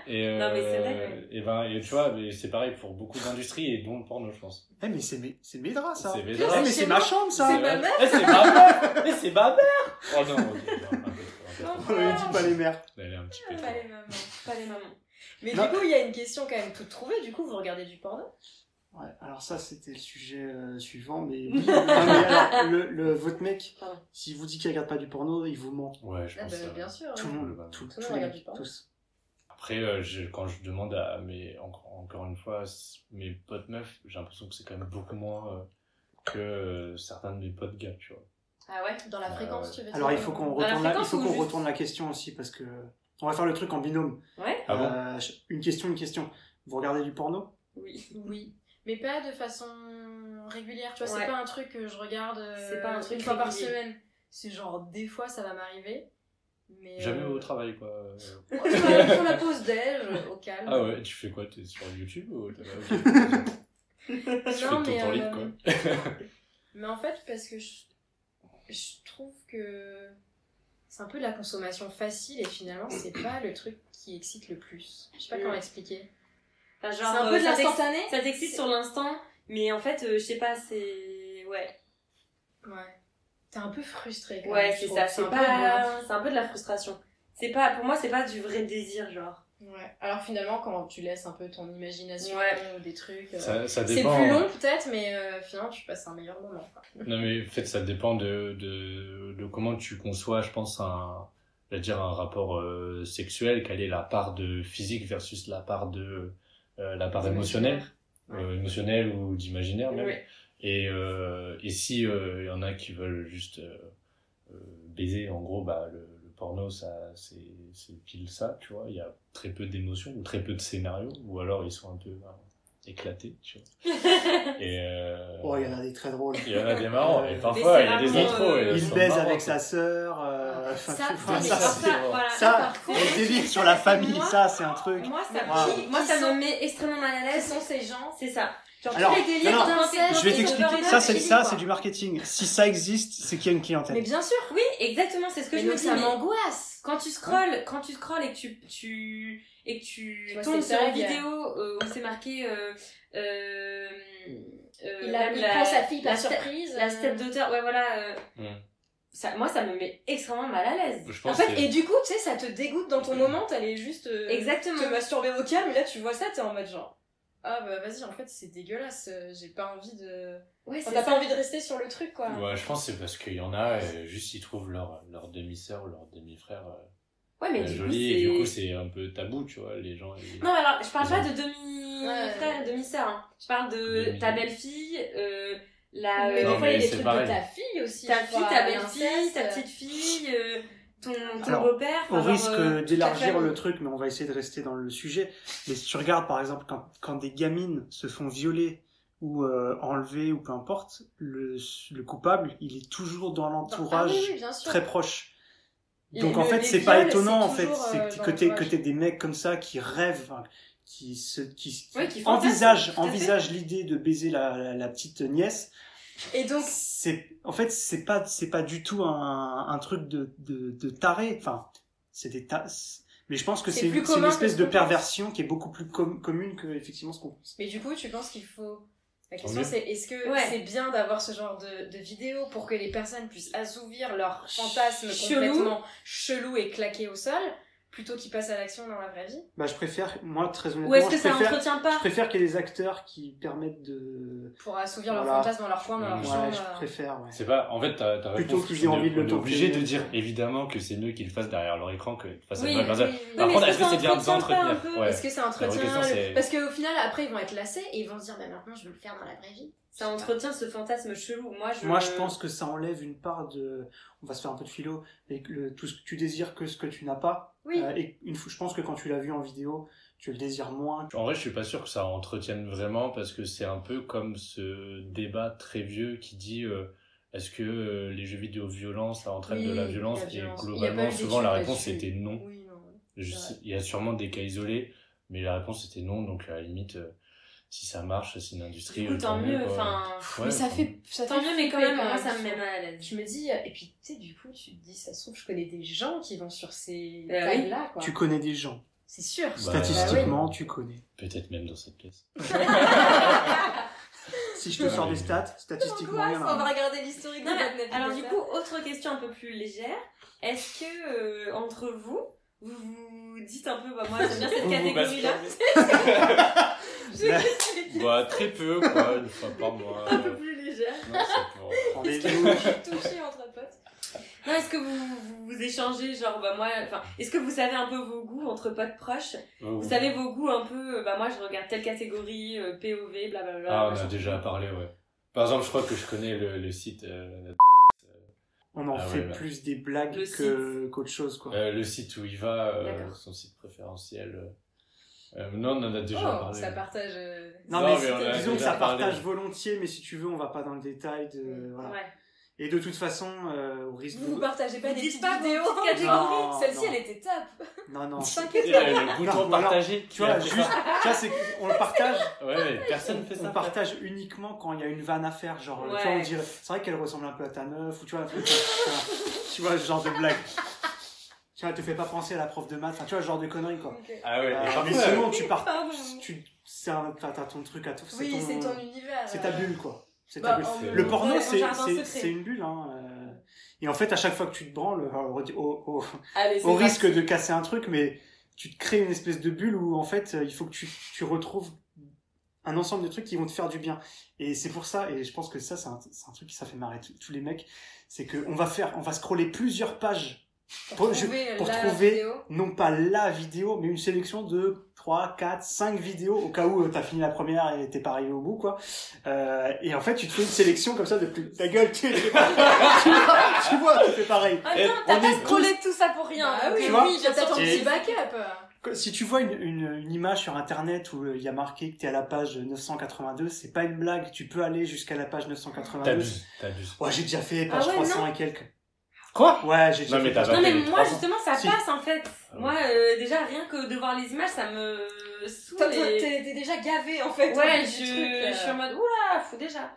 et, euh,
Non, mais c'est vrai.
Et, ben, et tu vois, mais c'est pareil pour beaucoup d'industries et dont le porno, je pense.
Eh mais c'est mes, c'est mes draps ça.
C'est mes
Eh,
draps.
mais
C'est
c'est
moi.
ma chambre ça.
Ah, C'est ma mère.
Eh, c'est ma mère Eh, c'est ma mère Oh non, ok, non, un peu, un peu, un peu.
On ne dit pas les mères.
Elle est un petit peu trop.
Pas les mamans.
Pas les mamans.
Mais
Non.
du coup, il y a une question quand même toute trouvée. Du coup, vous regardez du porno
Ouais, alors ça c'était le sujet euh, suivant, mais, oui. Non, mais alors, le, le- votre mec,
Pardon.
s'il vous dit qu'il regarde pas du porno, il vous ment.
Ouais, je
Ah,
pense
bah,
euh, que ça va.
bien sûr.
Tout le
hein.
monde, tout,
Tout le
tous
monde
les
regarde
mecs,
du porno.
tous.
Après, euh, je- quand je demande à mes, en- encore une fois, s- mes potes meufs, j'ai l'impression que c'est quand même beaucoup moins euh, que euh, certains de mes potes gars, tu vois.
Ah ouais
Dans la
Ah
fréquence,
ouais.
tu veux dire
Alors il faut qu'on
la
retourne, la, il
fréquence
faut
ou
qu'on
juste-
retourne la question aussi parce que on va faire le truc en binôme.
Ouais
Ah bon
Euh, une question, une question. Vous regardez du porno
Oui.
Oui, mais pas de façon régulière, tu vois,
Ouais.
c'est pas un truc que je regarde euh,
C'est pas un truc
une fois par
régulier.
semaine. C'est genre des fois ça va m'arriver, mais...
Jamais
euh,
au travail, quoi. Euh,
sur la- sur la pause déj, euh, au calme.
Ah ouais, tu fais quoi T'es sur YouTube ou t'as- ok.
Non,
Tu fais ton
mais,
temps
euh,
libre, quoi.
mais en fait, parce que je, je trouve que c'est un peu de la consommation facile et finalement, c'est pas le truc qui excite le plus. Je sais pas
Mm.
comment expliquer.
Enfin,
C'est
genre,
un
euh,
peu de
ça t'excite-
l'instantané.
Ça t'excite sur l'instant, mais en fait, euh, je sais pas, c'est. Ouais,
Ouais. T'es un peu frustré quand même,
ouais
je
c'est
trouve.
ça. C'est
un peu lourd.
pas... c'est un peu de la frustration. C'est pas, pour moi, c'est pas du vrai désir, genre.
Ouais. Alors finalement, quand tu laisses un peu ton imagination
Ouais.
ou des trucs, euh,
Ça, ça
c'est
dépend. hein.
plus long peut-être, mais euh, finalement tu passes un meilleur moment. quoi.
Non, mais en fait, ça dépend de, de, de comment tu conçois, je pense, un, je vais dire un rapport euh, sexuel, quelle est la part de physique versus la part de euh, la part émotionnelle, euh, émotionnelle ou d'imaginaire même.
Ouais.
Et, euh, et si euh, il y en a qui veulent juste euh, euh, baiser, en gros, bah, le, le porno, ça, c'est c'est pile ça, tu vois. Il y a très peu d'émotions ou très peu de scénarios, ou alors ils sont un peu euh, éclatés, tu vois. Et, euh,
Oh, il y en a des très drôles.
il y en a des marrants,
Euh,
et parfois il y a
mais
des
c'est
intros.
vraiment,
et
euh,
elles
Il
sont
baise
marrantes.
avec sa sœur. euh,
Ça, ça,
enfin, tu-
mais
enfin,
par-
ça, c'est-
vraiment-
voilà,
ça,
par contre,
les délires sur la famille,
Moi-
ça, c'est un truc.
Moi, ça,
Wow.
qui- moi,
Qui
ça
sont-
me met extrêmement mal à
Quels
l'aise.
sont ces gens
C'est ça. Genre,
Alors,
tous les délires
non, non,
d'inceste,
Je vais
de
t'expliquer.
burn-out,
Ça, c'est
chez
ça,
lui,
c'est
quoi.
du marketing. Si ça existe, c'est qu'il y a une
Mais
clientèle.
bien sûr.
Oui, exactement, c'est ce que
Mais
je me
donc
dis.
ça
mais
m'angoisse.
Quand tu scrolles, quand tu scrolles et que tu, tu et que tu
Tu vois,
tombes
c'est
sur une
dingue.
vidéo euh, où c'est marqué euh, euh, euh,
Il, a,
même
il
la-
prend sa fille par
la step-
surprise.
la
euh,
step d'auteur, ouais voilà. euh,
Mm.
ça, moi, ça me met extrêmement mal à l'aise.
Je
En
pense que-
fait, et du coup, tu sais, ça te dégoûte dans ton moment, t'allais juste euh,
Exactement.
te masturber au calme, et là tu vois ça, t'es en mode genre. Ah bah vas-y, en fait c'est dégueulasse, euh, j'ai pas envie de.
Ouais,
Enfin,
c'est
T'as
ça.
pas envie de rester sur le truc quoi.
Ouais, je pense que c'est parce qu'il y en a, euh, juste ils trouvent leur, leur demi-sœur ou leur demi-frère euh,
Ouais, Ah, mais
euh,
du coup,
jolie, et du coup,
c'est.
c'est un peu tabou, tu vois, les gens. ils-
Non, mais alors, je parle pas de demi
Ouais.
frère, demi sœur. Je parle de
Demi-
ta belle-fille, euh, la.
Mais
euh,
des fois, il y a
mais
des
c'est
trucs
pareil.
de ta fille aussi.
ta
je
fille,
crois,
ta
l'inceste.
belle-fille, ta petite fille, euh, ton, ton
Alors,
beau-père.
Au
enfin, genre,
risque
euh, toute
d'élargir
la
le
famille.
truc, mais on va essayer de rester dans le sujet. Mais si tu regardes, par exemple, quand, quand des gamines se font violer ou euh, enlever ou peu importe, le, le coupable, il est toujours dans
Ah
l'entourage
oui, oui, bien sûr.
très proche.
Et
Donc en
le-
fait,
les
c'est pas
viols,
étonnant en
c'est
fait,
toujours,
c'est
euh,
que-
dans
que t'aies que
l'entourage.
t'aies des mecs comme ça qui rêvent, hein, qui se qui,
Ouais, qui fantasme,
envisagent
tout à fait.
envisagent l'idée de baiser la, la, la petite nièce.
Et donc,
C'est en fait c'est pas c'est pas du tout un, un truc de, de de taré. Enfin, c'est des tas. Mais je pense que
C'est
c'est
plus
une, c'est une
commun que
espèce
ce
de
qu'on pense.
perversion qui est beaucoup plus com- commune que effectivement ce qu'on pense.
mais du coup, tu penses qu'il faut. La
Tant
question
mieux.
c'est est-ce que
Ouais.
c'est bien d'avoir ce genre de, de vidéo pour que les personnes puissent assouvir leur fantasme
Chelou.
complètement chelou et claqué au sol plutôt qu'ils passent à l'action dans la vraie vie
Bah, je préfère moi très honnêtement,
Ou est-ce que
je
ça
préfère
entretient
je
pas
préfère qu'il y ait des acteurs qui permettent de
pour assouvir leur
Voilà.
fantasme dans leur coin, dans leur
Ouais,
je
chambre.
je
euh.
préfère ouais.
C'est pas. En fait, t'as t'as
Plutôt
réponse,
qu'ils aient
on est-
envie de le
on est
tenter.
obligé de dire évidemment que c'est mieux qu'ils le fassent derrière leur écran que de face à
Oui,
une vraie personne.
Oui, oui, oui.
Non,
Par
mais
contre,
est-ce
est-ce
que
que c'est bien de
ça entretient pas un
s'entretenir
peu
Ouais.
Est-ce que ça entretient
question,
le-
c'est-
Parce qu'au final, après, ils vont être lassés et ils vont se dire bah, maintenant, je vais le faire dans la vraie vie.
Ça entretient ce fantasme chelou. Moi, je.
Moi, je pense que ça enlève une part de. On va se faire un peu de philo. Et que le- tout ce que tu désires que ce que tu n'as pas.
Oui.
Euh, et une fois, je pense que quand tu l'as vu en vidéo, tu le désires moins.
En vrai, je suis pas sûr que ça entretienne vraiment parce que c'est un peu comme ce débat très vieux qui dit euh, est-ce que euh, les jeux vidéo violents ça entraîne
Oui,
de la violence,
la violence.
Et
Il y a
globalement,
pas eu
souvent la
d'études
réponse
là-dessus.
était non.
Oui, non.
Je
Ouais.
sais- il y a sûrement des cas isolés, mais la réponse était non. Donc à la limite, euh, si ça marche, c'est une industrie.
Du coup,
euh,
tant mieux.
quoi.
Enfin.
Ouais,
mais ça
enfin,
fait, ça
Tant
fait
mieux, mais quand
flipper
même, moi, ça me
ils
met
sont-
mal à l'aise.
Je me dis, et puis tu sais, du coup, tu te dis, ça se trouve, je connais des gens qui vont sur ces
Bah oui.
tailles là quoi.
Tu connais des gens.
C'est sûr.
Bah,
Statistiquement, tu connais.
Peut-être même dans cette pièce.
Si je te sors
Ouais.
des stats, statistiquement, hein. il y en a. un.
regarder l'historique
Non, mais alors, du coup, autre question un peu plus légère. Est-ce que, euh, entre vous, vous vous dites un peu, bah, moi, j'aime bien cette
Vous vous
catégorie-là
Là,
Bah, très peu, quoi, une fois par mois.
Un peu plus légère.
Non, c'est pour-
Rendez-vous.
touché entre potes.
Non, est-ce que vous, vous vous échangez, genre, bah moi, enfin, est-ce que vous savez un peu vos goûts entre potes proches
Oh.
Vous savez vos goûts un peu, euh, bah moi je regarde telle catégorie, euh, POV, blablabla.
Ah, on a
machin.
euh, déjà parlé, ouais. Par exemple, je crois que je connais le, le site. euh,
On en
Ah
fait
ouais, bah.
plus des blagues
Le
que- qu'autre chose, quoi.
Euh, le site où il va, euh,
D'accord.
son site préférentiel. euh, euh, non, on en a déjà
Oh,
parlé.
ça partage. euh,
Non,
Non,
mais,
mais
c'est-
on a
disons que
déjà
ça
parlé.
partage volontiers, mais si tu veux, on va pas dans le détail
Euh,
de. voilà.
Ouais.
Et de toute façon, euh, au risque
Vous vous
de-
partagez pas
Vous
des
dites
petites
pas vos
vidéos
petites
catégories. Non,
Celle-ci,
non.
elle était top.
Non, non.
5
Et là, le bouton
Non, voilà.
partager.
Tu vois,
qui est
juste, tu vois, c'est qu'on le partage,
après- Ouais, mais personne fait ça.
on partage uniquement quand il y a une vanne à faire, genre, tu vois,
Ouais.
on dirait, c'est vrai qu'elle ressemble un peu à ta meuf, ou tu vois, un truc comme ça. tu vois, ce genre de blague. Tu vois, elle te fait pas penser à la prof de maths, enfin, tu vois, ce genre de conneries, quoi.
Ok.
Ah ouais,
Euh,
et parfois,
mais sinon, tu pars,
Pardon.
tu, c'est un- t'as t'as ton truc à tout,
Oui, c'est ton univers.
c'est euh. ta bulle, quoi. C'est ta
Bah,
bulle.
en-
Le
Le
Ouais,
porno,
mon
c'est-
jardin
c'est
secret.
c'est une bulle, hein. euh, Et en fait, à chaque fois que tu te branles, alors, au, au-
Allez, c'est
au
parti.
risque de casser un truc, mais tu te crées une espèce de bulle où en fait euh, il faut que tu, tu retrouves un ensemble de trucs qui vont te faire du bien. Et c'est pour ça, et je pense que ça c'est un, c'est un truc qui ça fait marrer tous- tous les mecs, c'est que on va faire, on va scroller plusieurs pages, pour, je-
trouver
pour
la
trouver-
vidéo.
non pas la vidéo, mais une sélection de 3, 4, 5 vidéos au cas où euh, t'as fini la première et t'es pas arrivé au bout quoi. Euh, et en fait tu te fais une sélection comme ça de plus... Ta gueule, tu, tu vois, tu vois, tu fais pareil.
Attends,
Eh, on
t'as
est
pas scrollé tout ça pour rien.
Ah
donc,
oui,
Tu
euh,
vois
oui, j'ai peut-être un
Et-
petit backup.
Si tu vois une, une, une image sur internet où euh, il y a marqué que t'es à la page 982, c'est pas une blague, tu peux aller jusqu'à la page 982.
T'abuses, t'abuses.
Ouais, j'ai déjà fait page
Ah ouais,
300 et quelques.
Quoi
Ouais, j'ai déjà
Non,
fait.
mais t'as
page-
Non, mais
les
moi,
300.
justement, ça
Si.
passe en fait.
Ah ouais.
Moi, euh, déjà, rien que de voir les images, ça me saoule.
Toi, toi,
et-
t'es t'es déjà gavé en fait.
Ouais,
du
je,
truc, euh.
je suis en mode, oula, fou déjà.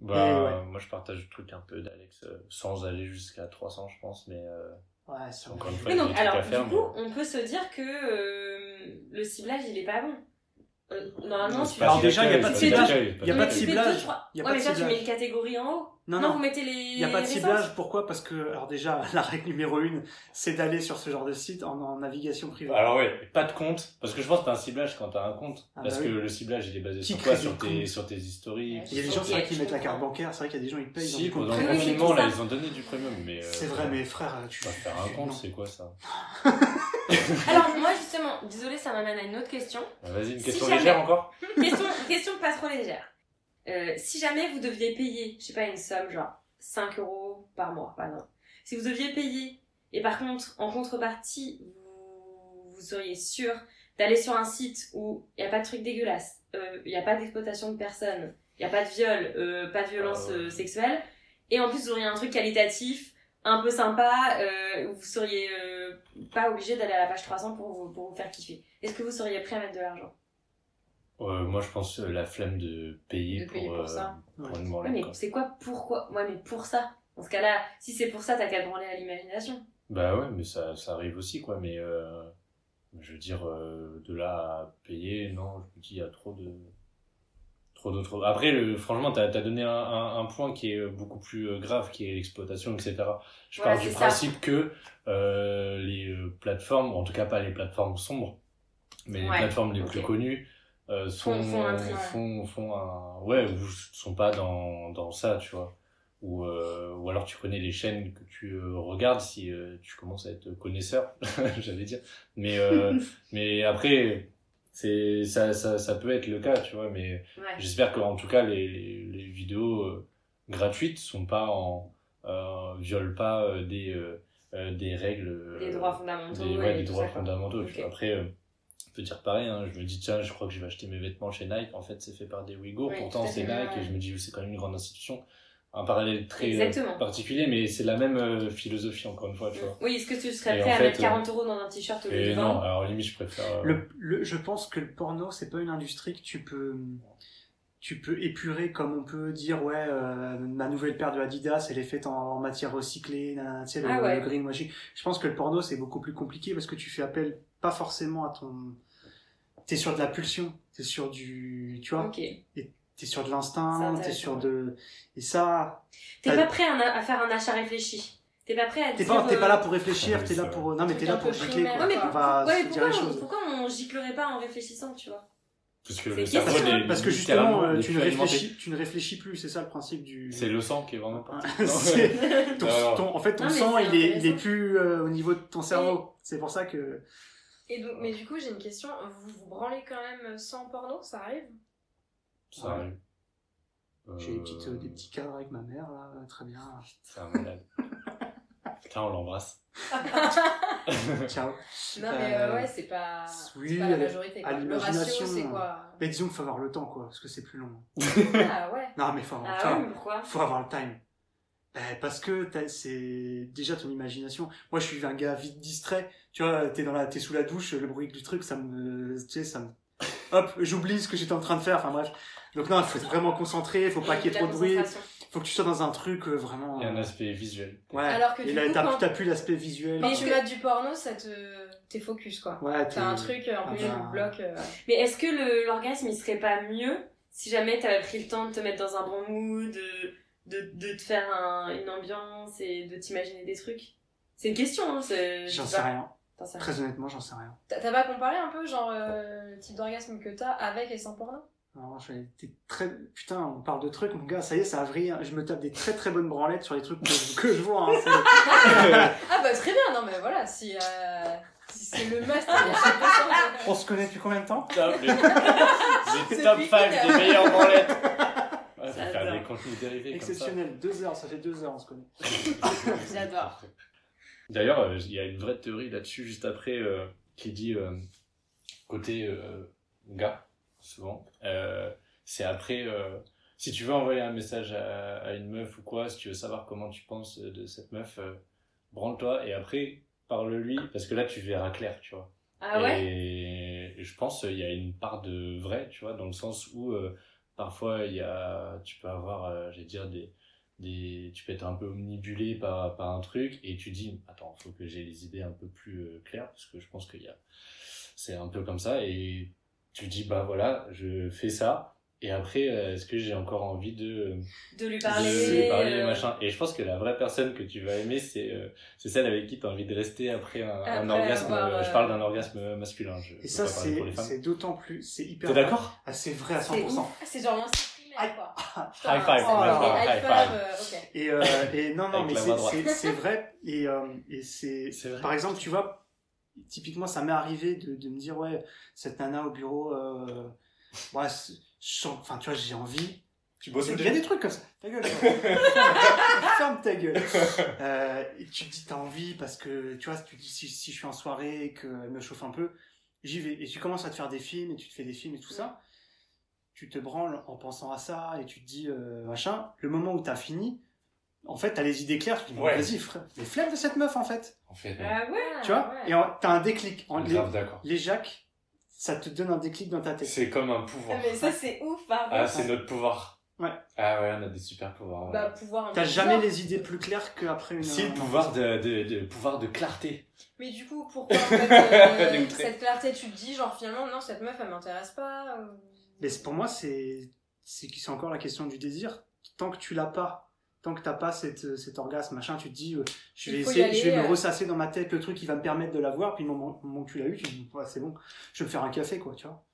Bah,
Et
moi je partage le truc un peu d'Alex, euh, sans aller jusqu'à 300, je pense, mais euh,
Ouais, c'est
encore une fois,
Oui,
il y a
donc,
des trucs
alors,
à
du
faire.
coup, on peut se dire que euh, le ciblage, il est pas bon. Euh, normalement, tu.
Alors, déjà, il y a pas de ciblage.
Il
Il y a pas de
tu fais deux,
ciblage.
trois-
Il y a
ouais,
pas
mais
de
ça, tu
ciblage.
mets une catégorie en haut.
Non, non.
vous mettez les.
Il n'y a pas de
les
ciblage,
sens.
pourquoi Parce que, alors déjà, la règle numéro une, c'est d'aller sur ce genre de site en, en navigation privée.
Alors ouais, pas de compte, parce que je pense que t'as un ciblage quand t'as un compte,
Ah bah
parce
oui.
que le ciblage il est basé
Qui
sur quoi
crée
sur
des
tes,
comptes
sur tes historiques.
il y a des
sur
gens, c'est vrai,
tes-
qui mettent la carte bancaire, c'est vrai qu'il y a des gens, ils payent.
Si,
dans des
pendant
comptes
le
Oui, oui, c'est
confinement,
tout
là,
ça.
ils ont donné du premium, mais... euh,
C'est vrai, mais frère, tu.
Bah, faire un compte,
Non.
c'est quoi ça
Alors, moi, justement, désolé, ça m'amène à une autre question.
Bah, Vas-y, une
Si
question
jamais-
légère encore
question, question pas trop légère. Euh, si jamais vous deviez payer, je sais pas, une somme genre 5 euros par mois, par exemple. Si vous deviez payer, et par contre, en contrepartie, vous, vous seriez sûr d'aller sur un site où il n'y a pas de truc dégueulasse, euh, il n'y a pas d'exploitation de personnes, il n'y a pas de viol, euh, pas de violence
Ah ouais.
euh, sexuelle, et en plus vous auriez un truc qualitatif, un peu sympa, euh, où vous seriez euh, pas obligé d'aller à la page 300 pour vous, pour vous faire kiffer. Est-ce que vous seriez prêt à mettre de l'argent
Euh, Moi, je pense euh, la flemme de payer
De
pour,
payer pour
euh,
ça.
pour
Ouais.
une
Ouais,
branlette,
mais
quoi.
c'est quoi pourquoi Ouais, mais pour ça. Dans ce cas-là, si c'est pour ça, t'as qu'à te branler à l'imagination.
Bah ouais, mais ça, ça arrive aussi, quoi. Mais euh, je veux dire, euh, de là à payer, non, je me dis, il y a trop de. Trop d'autres. Après, le, franchement, t'as as donné un, un- un point qui est beaucoup plus euh, grave, qui est l'exploitation, etc. Je
Voilà,
pars du
c'est ça.
principe que euh, les euh, plateformes, en tout cas pas les plateformes sombres, mais les
Ouais,
plateformes les
ok.
plus connues, euh, sont,
Font- font un tri, ouais.
font, font un. Ouais, ou sont pas dans, dans ça, tu vois ou, euh, ou alors tu connais les chaînes que tu euh, regardes si euh, tu commences à être connaisseur, j'allais dire. Mais, euh, mais après, c'est ça, ça, ça peut être le cas, tu vois. Mais
Ouais.
j'espère qu'en tout cas, les, les, les vidéos euh, gratuites sont pas en. Euh, violent pas euh, des, euh, euh, des règles. euh,
Les droits fondamentaux.
des,
et
ouais, des
tout
droits
ça, quoi.
fondamentaux. tu
Ok.
vois. Après, euh, je peux dire pareil, hein, je me dis, tiens, je crois que je vais acheter mes vêtements chez Nike. En fait, c'est fait par des Ouïghours.
Oui,
Pourtant,
tout à
c'est
fait,
Nike
ouais.
et je me dis, c'est quand même une grande institution. Un parallèle très euh,
Exactement.
particulier, mais c'est la même euh, philosophie, encore une fois, tu vois.
Mm. Oui, est-ce que tu serais
Et
prêt
en
à
fait,
mettre
euh,
40 euros dans un t-shirt au lieu
Et
de
non,
20
alors limite, je préfère. euh,
Le, le- je pense que le porno, c'est pas une industrie que tu peux, tu peux épurer comme on peut dire, ouais, euh, ma nouvelle paire de Adidas, elle est faite en, en matière recyclée, nanana, tu sais, le,
Ah ouais.
le greenwashing. Je pense que le porno, c'est beaucoup plus compliqué parce que tu fais appel pas forcément à ton. T'es sur de la pulsion, t'es sur du. Tu vois,
Ok. T'es
t'es sur de
C'est
l'instinct,
intéressant,
t'es sur de. Et ça, T'as-
pas prêt à, na- à faire un achat réfléchi. T'es pas prêt à
t'es
dire. euh,
pas, t'es pas là pour
Ah
réfléchir,
oui,
t'es là
ça-
pour. Non, mais t'es
Truc
là
un
pour
peu
gicler,
primaire.
quoi.
Ouais, mais
On
pourquoi,
va
ouais,
se dire
pourquoi,
les
on,
choses.
pourquoi on giclerait pas en réfléchissant, tu vois
Parce que
c'est
le
question-
cerveau
Parce
n'est-
Parce que
littéralement,
justement, euh,
n'est
tu
plus
ne,
alimenté.
réfléchis, tu ne réfléchis plus, c'est ça le principe du.
C'est le sang qui est vraiment parti.
C'est- ton-
Alors.
ton- en fait, ton
Non, mais
sang,
c'est
il est, il est
intéressant.
plus euh, au niveau de ton cerveau. C'est pour ça que.
Et donc, mais du coup, j'ai une question. Vous vous branlez quand même sans porno, ça arrive
Ça arrive.
J'ai des, petites,
Euh,
des petits cadres avec ma mère, là, très bien.
C'est un malade. Putain, on l'embrasse.
Ciao.
Non, mais
Euh,
euh, ouais, c'est pas,
oui,
c'est pas
à-
la majorité.
à
quoi. Le ratio,
l'imagination.
c'est quoi
Mais disons qu'il faut avoir le temps, quoi, parce que c'est plus long.
Ah ouais.
Non, mais faut avoir le
Ah
temps.
ouais, mais pourquoi
faut avoir le time. Eh, parce que t'as- c'est déjà ton imagination. Moi, je suis un gars vite distrait. Tu vois, t'es dans la, t'es sous la douche, le bruit du truc, ça me, tu sais, ça me, hop, j'oublie ce que j'étais en train de faire. Enfin bref. Donc non, faut être vraiment concentré. Faut pas qu'il y
La
ait trop de bruit.
concentration.
Faut que tu sois dans un truc euh, vraiment.
Il y a un
euh,
aspect visuel.
Ouais.
Alors que
Et
du
là,
coup,
t'as,
quand-
t'as plus l'aspect visuel.
Mais
t'as-
tu mates du porno, ça te. T'es focus quoi.
Ouais. t'es-
T'as un truc euh,
Ah
un peu
bah.
le bloc. euh,
Mais est-ce que le- l'orgasme, il serait pas mieux si jamais t'avais pris le temps de te mettre dans un bon mood, de, de, de te faire un- une ambiance et de t'imaginer des trucs C'est une question, hein.
euh,
c'est- je
J'en
sais
sais
pas.
rien.
T'en sais rien.
Très honnêtement, j'en sais rien.
T'as t'as pas comparé un peu, genre, euh, le type d'orgasme que t'as avec et sans porno
Non, je- t'es très... Putain, on parle de trucs, mon gars, ça y est, ça vrille. Je me tape des très très bonnes branlettes sur les trucs que, que je vois. hein, c'est-
Ah bah très bien, non mais voilà, si, euh, si c'est le must, il y a 100%.
on se connaît depuis combien de temps
Top, le, le
C'est
top
fini.
5 des meilleures branlettes. Ouais, faut faire
J'adore.
des contenus dérivés comme ça.
Exceptionnel, deux heures, ça fait deux heures, on se connaît.
J'adore.
D'ailleurs, euh, il y a une vraie théorie là-dessus juste après euh, qui dit euh, côté euh, gars, souvent, euh, c'est après. euh, si tu veux envoyer un message à, à une meuf ou quoi, si tu veux savoir comment tu penses de cette meuf, euh, branle-toi et après parle-lui parce que là tu verras clair, tu vois.
Ah ouais
Et je pense qu'il y a une part de vrai, tu vois, dans le sens où euh, parfois il y a, tu peux avoir, euh, j'allais dire, des, des, tu peux être un peu omnibulé par, par un truc et tu dis, attends, faut que j'ai les idées un peu plus euh, claires parce que je pense qu'il y a, c'est un peu comme ça et tu dis, bah voilà, je fais ça et après, euh, est-ce que j'ai encore envie de,
De lui
de-
parler.
de parler,
euh,
machin. Et je pense que la vraie personne que tu vas aimer, c'est euh, c'est celle avec qui tu as envie de rester après un, un
Après
orgasme.
avoir,
euh,
euh,
Je parle d'un orgasme masculin. Je
Et
peux
ça,
pas parler pour
c'est
les femmes.
c'est d'autant plus. C'est hyper.
T'es d'accord
Ah, C'est vrai à
C'est
100%.
ouf. C'est genre l'ancien primaire quoi. Putain,
High five,
c'est-
high
les high
high
five,
five, euh, ok.
Et, euh, et non, non,
Avec
mais
la
c'est-
main droite.
c'est c'est vrai. Et, euh, et c'est.
C'est vrai.
Par exemple, tu vois, typiquement, ça m'est arrivé de, de me dire, ouais, cette nana au bureau, euh, ouais, c'est- je sens- enfin, tu vois, j'ai envie.
Tu
Il y a des trucs comme ça. Ta gueule. toi. Ferme ta gueule. Euh, et tu te dis t'as envie parce que tu vois, tu te dis si, si je suis en soirée et qu'elle me chauffe un peu, j'y vais. Et tu commences à te faire des films et tu te fais des films et tout ça. Tu te branles en pensant à ça et tu te dis euh, machin. Le moment où t'as fini, en fait, t'as les idées claires. Tu te dis
Ouais.
vas-y, frère. Les flemmes de cette meuf en fait.
En fait,
Ah ouais
tu vois
ouais.
Et en- t'as un déclic. En,
on est
les,
grave d'accord.
les jacques, ça te donne un déclic dans ta tête.
C'est comme un
Ah,
pouvoir.
Mais ça, c'est ouf,
hein,
pardon.
Ah, c'est notre pouvoir.
Ouais.
Ah ouais, on a des super pouvoirs.
Bah,
ouais.
pouvoir un peu
T'as jamais
bizarre.
les idées plus claires qu'après une.
Si, le pouvoir de, de, de, pouvoir de clarté.
Mais du coup, pourquoi en fait,
De
euh,
outré.
cette clarté, tu te dis genre finalement non, cette meuf elle m'intéresse pas euh. ou-
Mais c'est- pour moi, c'est c'est que c'est encore la question du désir. Tant que tu l'as pas, tant que t'as pas cette, euh, cet orgasme, machin, tu te dis, euh, je vais
Il faut y
essayer, je vais
aller,
me
euh.
ressasser dans ma tête le truc qui va me permettre de l'avoir. Puis le moment, le moment que tu l'as eu, tu te dis, ouais, c'est bon, je vais me faire un café, quoi, tu vois.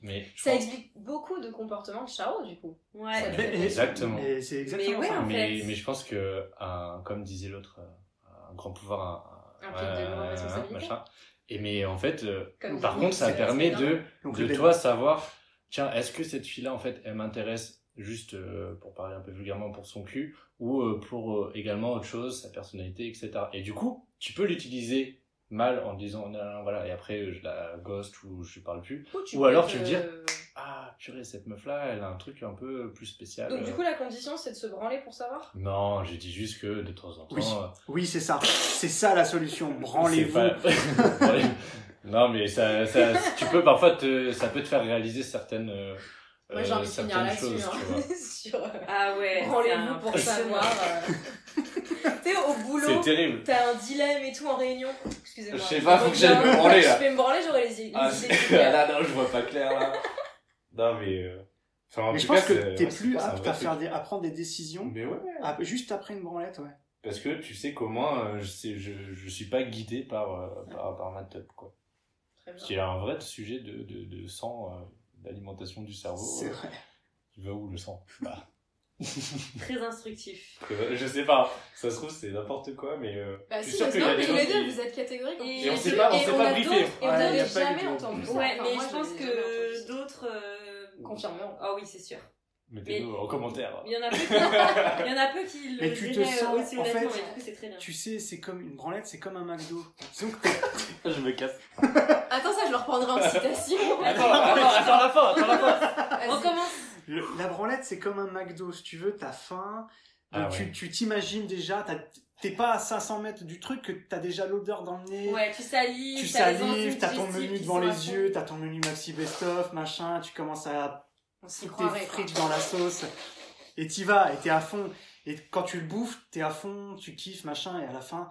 Mais je
Ça
pense-
explique beaucoup de comportements de Charo du coup.
Ouais.
Mais-
Exactement.
Et c'est exactement
Mais ouais,
ça.
en
mais,
fait.
mais je pense que, un- comme disait l'autre, euh, un grand pouvoir, un,
Un pic de grande responsabilité.
machin. Et mais en fait, euh,
Comme
Par
dit,
contre, ça
c'est-
permet
c'est
de,
Donc, ben,
de
le-
toi savoir, tiens, est-ce que cette fille-là, en fait, elle m'intéresse juste euh, pour parler un peu vulgairement pour son cul ou euh, pour euh, également autre chose, sa personnalité, etc. Et du coup, tu peux l'utiliser mal en disant, non, non, voilà, et après, euh, je la ghost ou je lui parle plus.
énorme. tu
Ou
peux
alors,
être,
tu veux dire-
euh,
Ah, purée, cette meuf-là, elle a un truc un peu plus spécial.
Donc du
euh.
coup, la condition c'est de se branler pour savoir.
Non, j'ai dit juste que de temps en temps.
Oui.
euh,
Oui, c'est ça. C'est ça la solution. Branlez-vous.
C'est pas- Branlez- non, mais ça, ça, tu peux parfois te, ça peut te faire réaliser certaines, euh,
Moi j'ai envie de
certaines
finir là-dessus.
choses, tu
Hein.
vois.
Sur, euh,
Ah ouais.
Branlez-vous pour
c'est
savoir.
impressionnant.
euh, tu sais, au
C'est
boulot,
terrible.
t'as un dilemme et tout en réunion. Excusez-moi.
Je sais pas, faut que j'aille
Donc,
me branler, là.
Je vais me branler, j'aurai les, les
Ah,
idées.
c'est- ah,
claires.
là, non, je vois pas clair, là. Non, mais, euh, enfin, en
Mais
tout
je pense
cas,
que
c'est-
t'es
ouais, c'est-
plus
c'est un
apte
vrai
à, faire
truc.
des, à prendre des décisions
Mais ouais,
ap- juste après une branlette, ouais.
parce que tu sais qu'au moins, euh, je, sais- je, je suis pas guidé par, euh, par, par ma top, quoi.
Très bien.
Qui est un vrai sujet de, de, de sang, euh, d'alimentation du cerveau.
C'est
euh,
vrai.
Tu vas où, le sang Bah,
Très instructif.
Euh, Je sais pas, ça se trouve c'est n'importe quoi, mais euh,
Bah
je suis
si,
sûr
parce
qu'il
que
y a
non,
des
mais
gens
tous les deux,
qui...
vous êtes catégoriques. en
Et-
fait.
Et on
les
s'est
deux-
pas, on
hein. et
s'est
on
pas
a
briefé.
d'autres- et on
Ouais,
n'avait
y a pas eu
jamais
de-
entendu ça.
Ouais,
Enfin,
mais
moi,
je
je
pense
l'ai jamais entendu,
que
ça.
d'autres. euh,
Confirmons.
Ah oui, c'est sûr.
Mettez-nous en commentaire.
Il y en a peu qui, il y en a peu qui le
Mais tu te
diraient, euh,
sens-
aussi
en fait,
honnêtement, mais du coup, c'est très bien.
Tu sais, c'est comme une branlette, c'est comme un McDo. Disons que t'es-
Je me casse.
Attends, ça, je le reprendrai en citation.
Attends, attends, attends la fin, attends la fin.
Vas-y.
On commence.
le- la branlette, c'est comme un McDo. Si tu veux, t'as faim.
Ah
Donc, tu-
ouais.
Tu t'imagines déjà, t'as- t'es pas à 500 mètres du truc que t'as déjà l'odeur dans le nez.
Ouais, tu salives.
Tu
t'as les
salives,
enzymes
t'as ton
digestives
menu
qui
devant
sont à
les
fond.
yeux, t'as ton menu maxi best-of, machin, tu commences à
On s'y
toutes tes
croirait. quoi.
frites dans la sauce, et t'y vas, et t'es à fond. Et quand tu le bouffes, t'es à fond, tu kiffes, machin, et à la fin,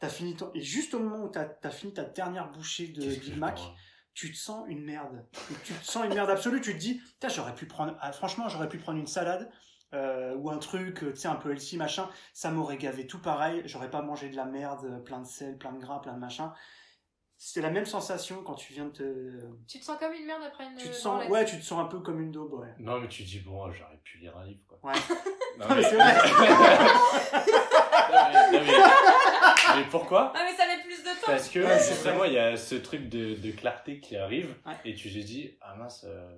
t'as fini ton... Et juste au moment où t'as as fini ta dernière bouchée de
Qu'est-ce que
Big
je
Mac,
prends
tu te sens une merde. Et tu te sens une merde absolue, tu te dis, putain, j'aurais pu prendre, ah, franchement, j'aurais pu prendre une salade, euh, ou un truc, euh, tu sais, un peu healthy, machin, ça m'aurait gavé tout pareil, j'aurais pas mangé de la merde, euh, plein de sel, plein de gras, plein de machin. C'est la même sensation quand tu viens de te...
Tu te sens comme une merde après une.
Tu
branlette.
te sens, ouais, tu te sens un peu comme une daube, ouais.
Non, mais tu te dis, bon, j'aurais pu lire un livre, quoi.
Ouais.
Non,
Non, mais
mais,
c'est vrai.
non, mais- non, mais- mais pourquoi
Ah, mais ça met plus de temps.
Parce que
Ouais, c'est
justement, il y a ce truc de, de clarté qui arrive
Ouais.
et tu te dis, ah mince, euh,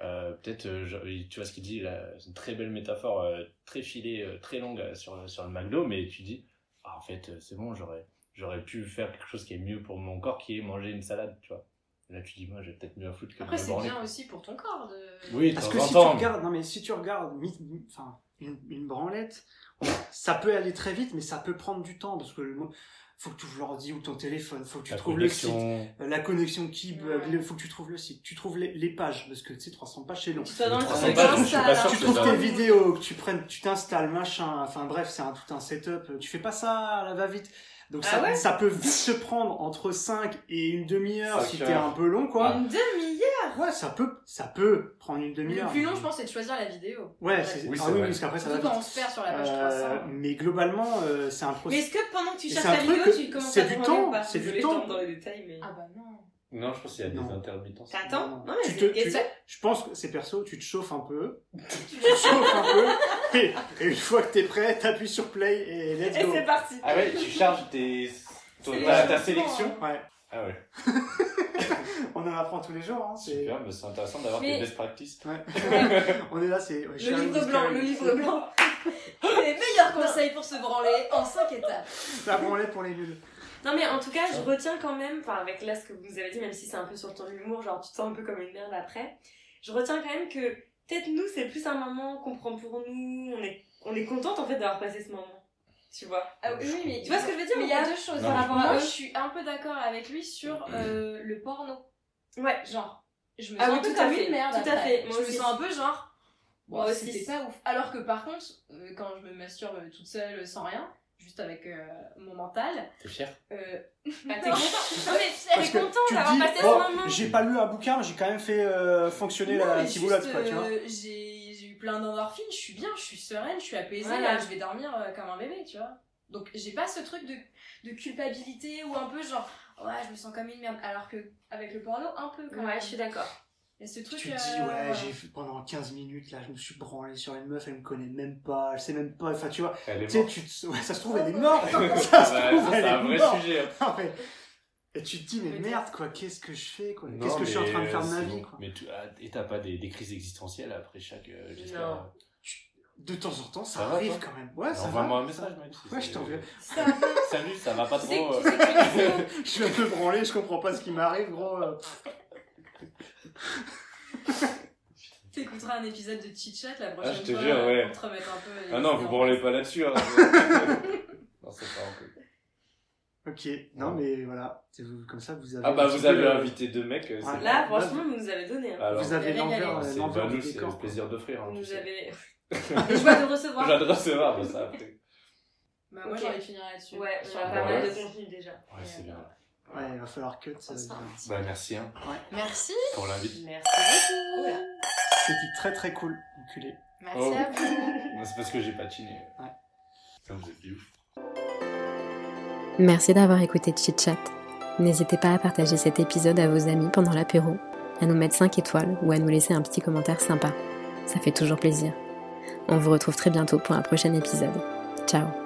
euh, peut-être, euh, je- tu vois ce qu'il dit, là, c'est une très belle métaphore, euh, très filée, euh, très longue euh, sur, sur le McDo, mais tu dis, ah, en fait, euh, c'est bon, j'aurais, j'aurais pu faire quelque chose qui est mieux pour mon corps, qui est manger une salade, tu vois. Et là, tu dis, moi, j'ai peut-être mieux à foutre que de
Après,
me
c'est
branler.
bien aussi pour ton corps de.
Oui, de
Parce
temps
que
en
si tu
temps, mais-
regardes, non mais si tu regardes, mi- mi- enfin, une, une branlette, ça peut aller très vite, mais ça peut prendre du temps parce que le, faut que tu ouvres l'ordi ou ton téléphone, faut que tu
la
trouves le site,
connexion,
Euh, la connexion qui,
Ouais.
faut que tu trouves le site, tu trouves les, les pages parce que tu sais 300 pages c'est long.
Tu sois dans le
Trois
cent
truc,
pages,
hein,
je suis
ça,
pas
là.
sûr
Tu
Ah, c'est
trouves
ça.
tes vidéos, que tu prennes, tu t'installes, machin. Enfin bref, c'est un tout un setup. Tu fais pas ça à la va-vite. Donc
Ah
ça,
ouais
ça peut vite se prendre entre 5 et une demi-heure
Cinq
si t'es
heures.
un peu long quoi.
Une demi-heure.
Ouais, ça peut, ça peut prendre une
Le
demi-heure.
plus long, je pense, c'est de choisir la vidéo.
Ouais, c'est
Oui,
ah
c'est
oui,
vrai.
parce qu'après ça va
Surtout
vite.
quand on se perd sur la page
Euh,
300.
mais globalement, euh, c'est un
Mais
processus.
est-ce que pendant que tu
Et
cherches
c'est un
la vidéo,
truc,
tu commences
c'est
à
du
branler
temps,
ou pas
c'est du
Désolée,
temps.
tombe dans les détails, mais.
Ah bah non.
Non, je pense qu'il y a
Non.
des intermittences.
T'attends Non, mais
Tu
c'est
te-
une question.
Je pense que c'est perso, tu te chauffes un peu. tu te chauffes un peu. Et, et une fois que t'es prêt, t'appuies sur play et let's
Et
go.
Eh, c'est parti.
Ah ouais, tu charges tes... ton-
C'est
ta,
les
ta
changements,
sélection
hein.
Ouais.
Ah ouais,
On en apprend tous les jours. Hein, c'est-
super, bah, c'est intéressant d'avoir
Mais-
des best practices.
Ouais. On est là, c'est. ouais,
Le
sharing
livre
is
blanc,
caring.
le livre blanc.
Les meilleurs conseils pour se branler en 5 étapes.
La branlette pour les nuls.
Non mais en tout cas, je retiens quand même, enfin avec là ce que vous nous avez dit, même si c'est un peu sur ton humour, genre tu te sens un peu comme une merde après, je retiens quand même que peut-être nous c'est plus un moment qu'on prend pour nous, on est, on est contente en fait d'avoir passé ce moment, tu vois.
Ah oui, oui, mais
Tu vois ce que je veux dire
Mais il y a deux choses
Non,
par
mais
rapport
je
à
comprends.
eux. Je suis un peu d'accord avec lui sur euh, le porno.
Ouais.
Genre, je me
Ah
sens
oui,
un peu
tout à
comme
fait,
une merde.
tout à
après.
fait, moi
Je me
aussi.
sens un peu genre.
Moi
bon,
aussi.
C'était pas ouf. Alors que par contre, euh, quand je me masturbe toute seule, sans rien, juste avec euh, mon mental,
T'es fier
euh,
Bah, t'es content, non mais
Parce
t'es
que
content
tu
d'avoir
dis,
passé
bon,
ce moment.
j'ai pas lu un bouquin, mais j'ai quand même fait euh, fonctionner
Non,
la
mais
ciboulette,
juste,
quoi, tu vois.
euh, J'ai j'ai eu plein d'endorphines, je suis bien, je suis sereine, je suis apaisée,
Voilà.
là, je vais dormir euh, comme un bébé, tu vois. Donc j'ai pas ce truc de, de culpabilité ou un peu genre, ouais, je me sens comme une merde. Alors que avec le porno, un peu quand
Ouais,
même.
je suis d'accord.
Il y a ce truc.
Tu te
euh,
dis, ouais,
voilà.
j'ai fait- pendant 15 minutes, là, je me suis branlé sur une meuf, elle me connaît même pas, elle sait même pas, enfin, tu vois,
Elle
tu
est
sais,
morte.
tu te- ouais, ça se trouve, elle est morte, ça se
Ouais,
trouve,
ça,
elle
c'est un
est
vrai
morte.
sujet. hein.
Non, mais- Et tu te dis, mais
Mais
merde, quoi, qu'est-ce que je fais, quoi,
Non,
qu'est-ce que je suis en
mais,
train de faire de
euh,
ma
c'est
vie,
bon.
quoi.
Mais tu, ah, et t'as pas des, des crises existentielles après chaque. euh, j'espère.
Non.
De temps en temps, ça,
Ça va,
arrive
toi
quand même. Ouais, ça va.
Envoie-moi un message, mec. si
Ouais,
c'est-
je t'enverrai.
Ça,
Salut, ça va pas
tu sais
trop.
que-
euh.
tu sais que-
je suis un peu branlé, je comprends pas ce qui m'arrive, gros. euh.
T'écouteras un épisode de Chit Chat la prochaine
Ah, je te
fois
jure,
euh,
ouais.
pour te remettre un peu. les
Ah non, vous
idées en
branlez
place.
pas là-dessus. hein. non, c'est pas encore.
Ok, non, mais voilà, C'est vous- comme ça, vous avez.
Ah bah,
un petit
vous
peu
avez
le-
invité deux mecs. euh,
Ouais.
c'est-
Là, franchement, vous nous avez donné. Hein.
Alors,
Vous avez euh,
Régalé.
l'envers
c'est
l'envers
bah,
du
nous, c'est
décor.
le
quoi.
plaisir d'offrir. hein,
Vous
tu
nous
sais.
avez. Et joie de recevoir.
J'adore ce rare, bah, ça après.
Bah, moi
Ok.
j'ai envie de finir là-dessus.
Ouais,
Sur
on a
la
pas mal
balance.
de contenu déjà.
Ouais, c'est bien.
Ouais, il va falloir cut. euh, ça,
On se
bien.
Bah, merci hein,
Merci.
pour l'invite.
Merci beaucoup.
Oula.
C'était très très cool, enculé.
Merci
Oh.
à vous.
Non, C'est parce que j'ai patiné.
Ouais.
Ça vous êtes des ouf.
Merci d'avoir écouté Chit Chat. N'hésitez pas à partager cet épisode à vos amis pendant l'apéro, à nous mettre 5 étoiles ou à nous laisser un petit commentaire sympa. Ça fait toujours plaisir. On vous retrouve très bientôt pour un prochain épisode. Ciao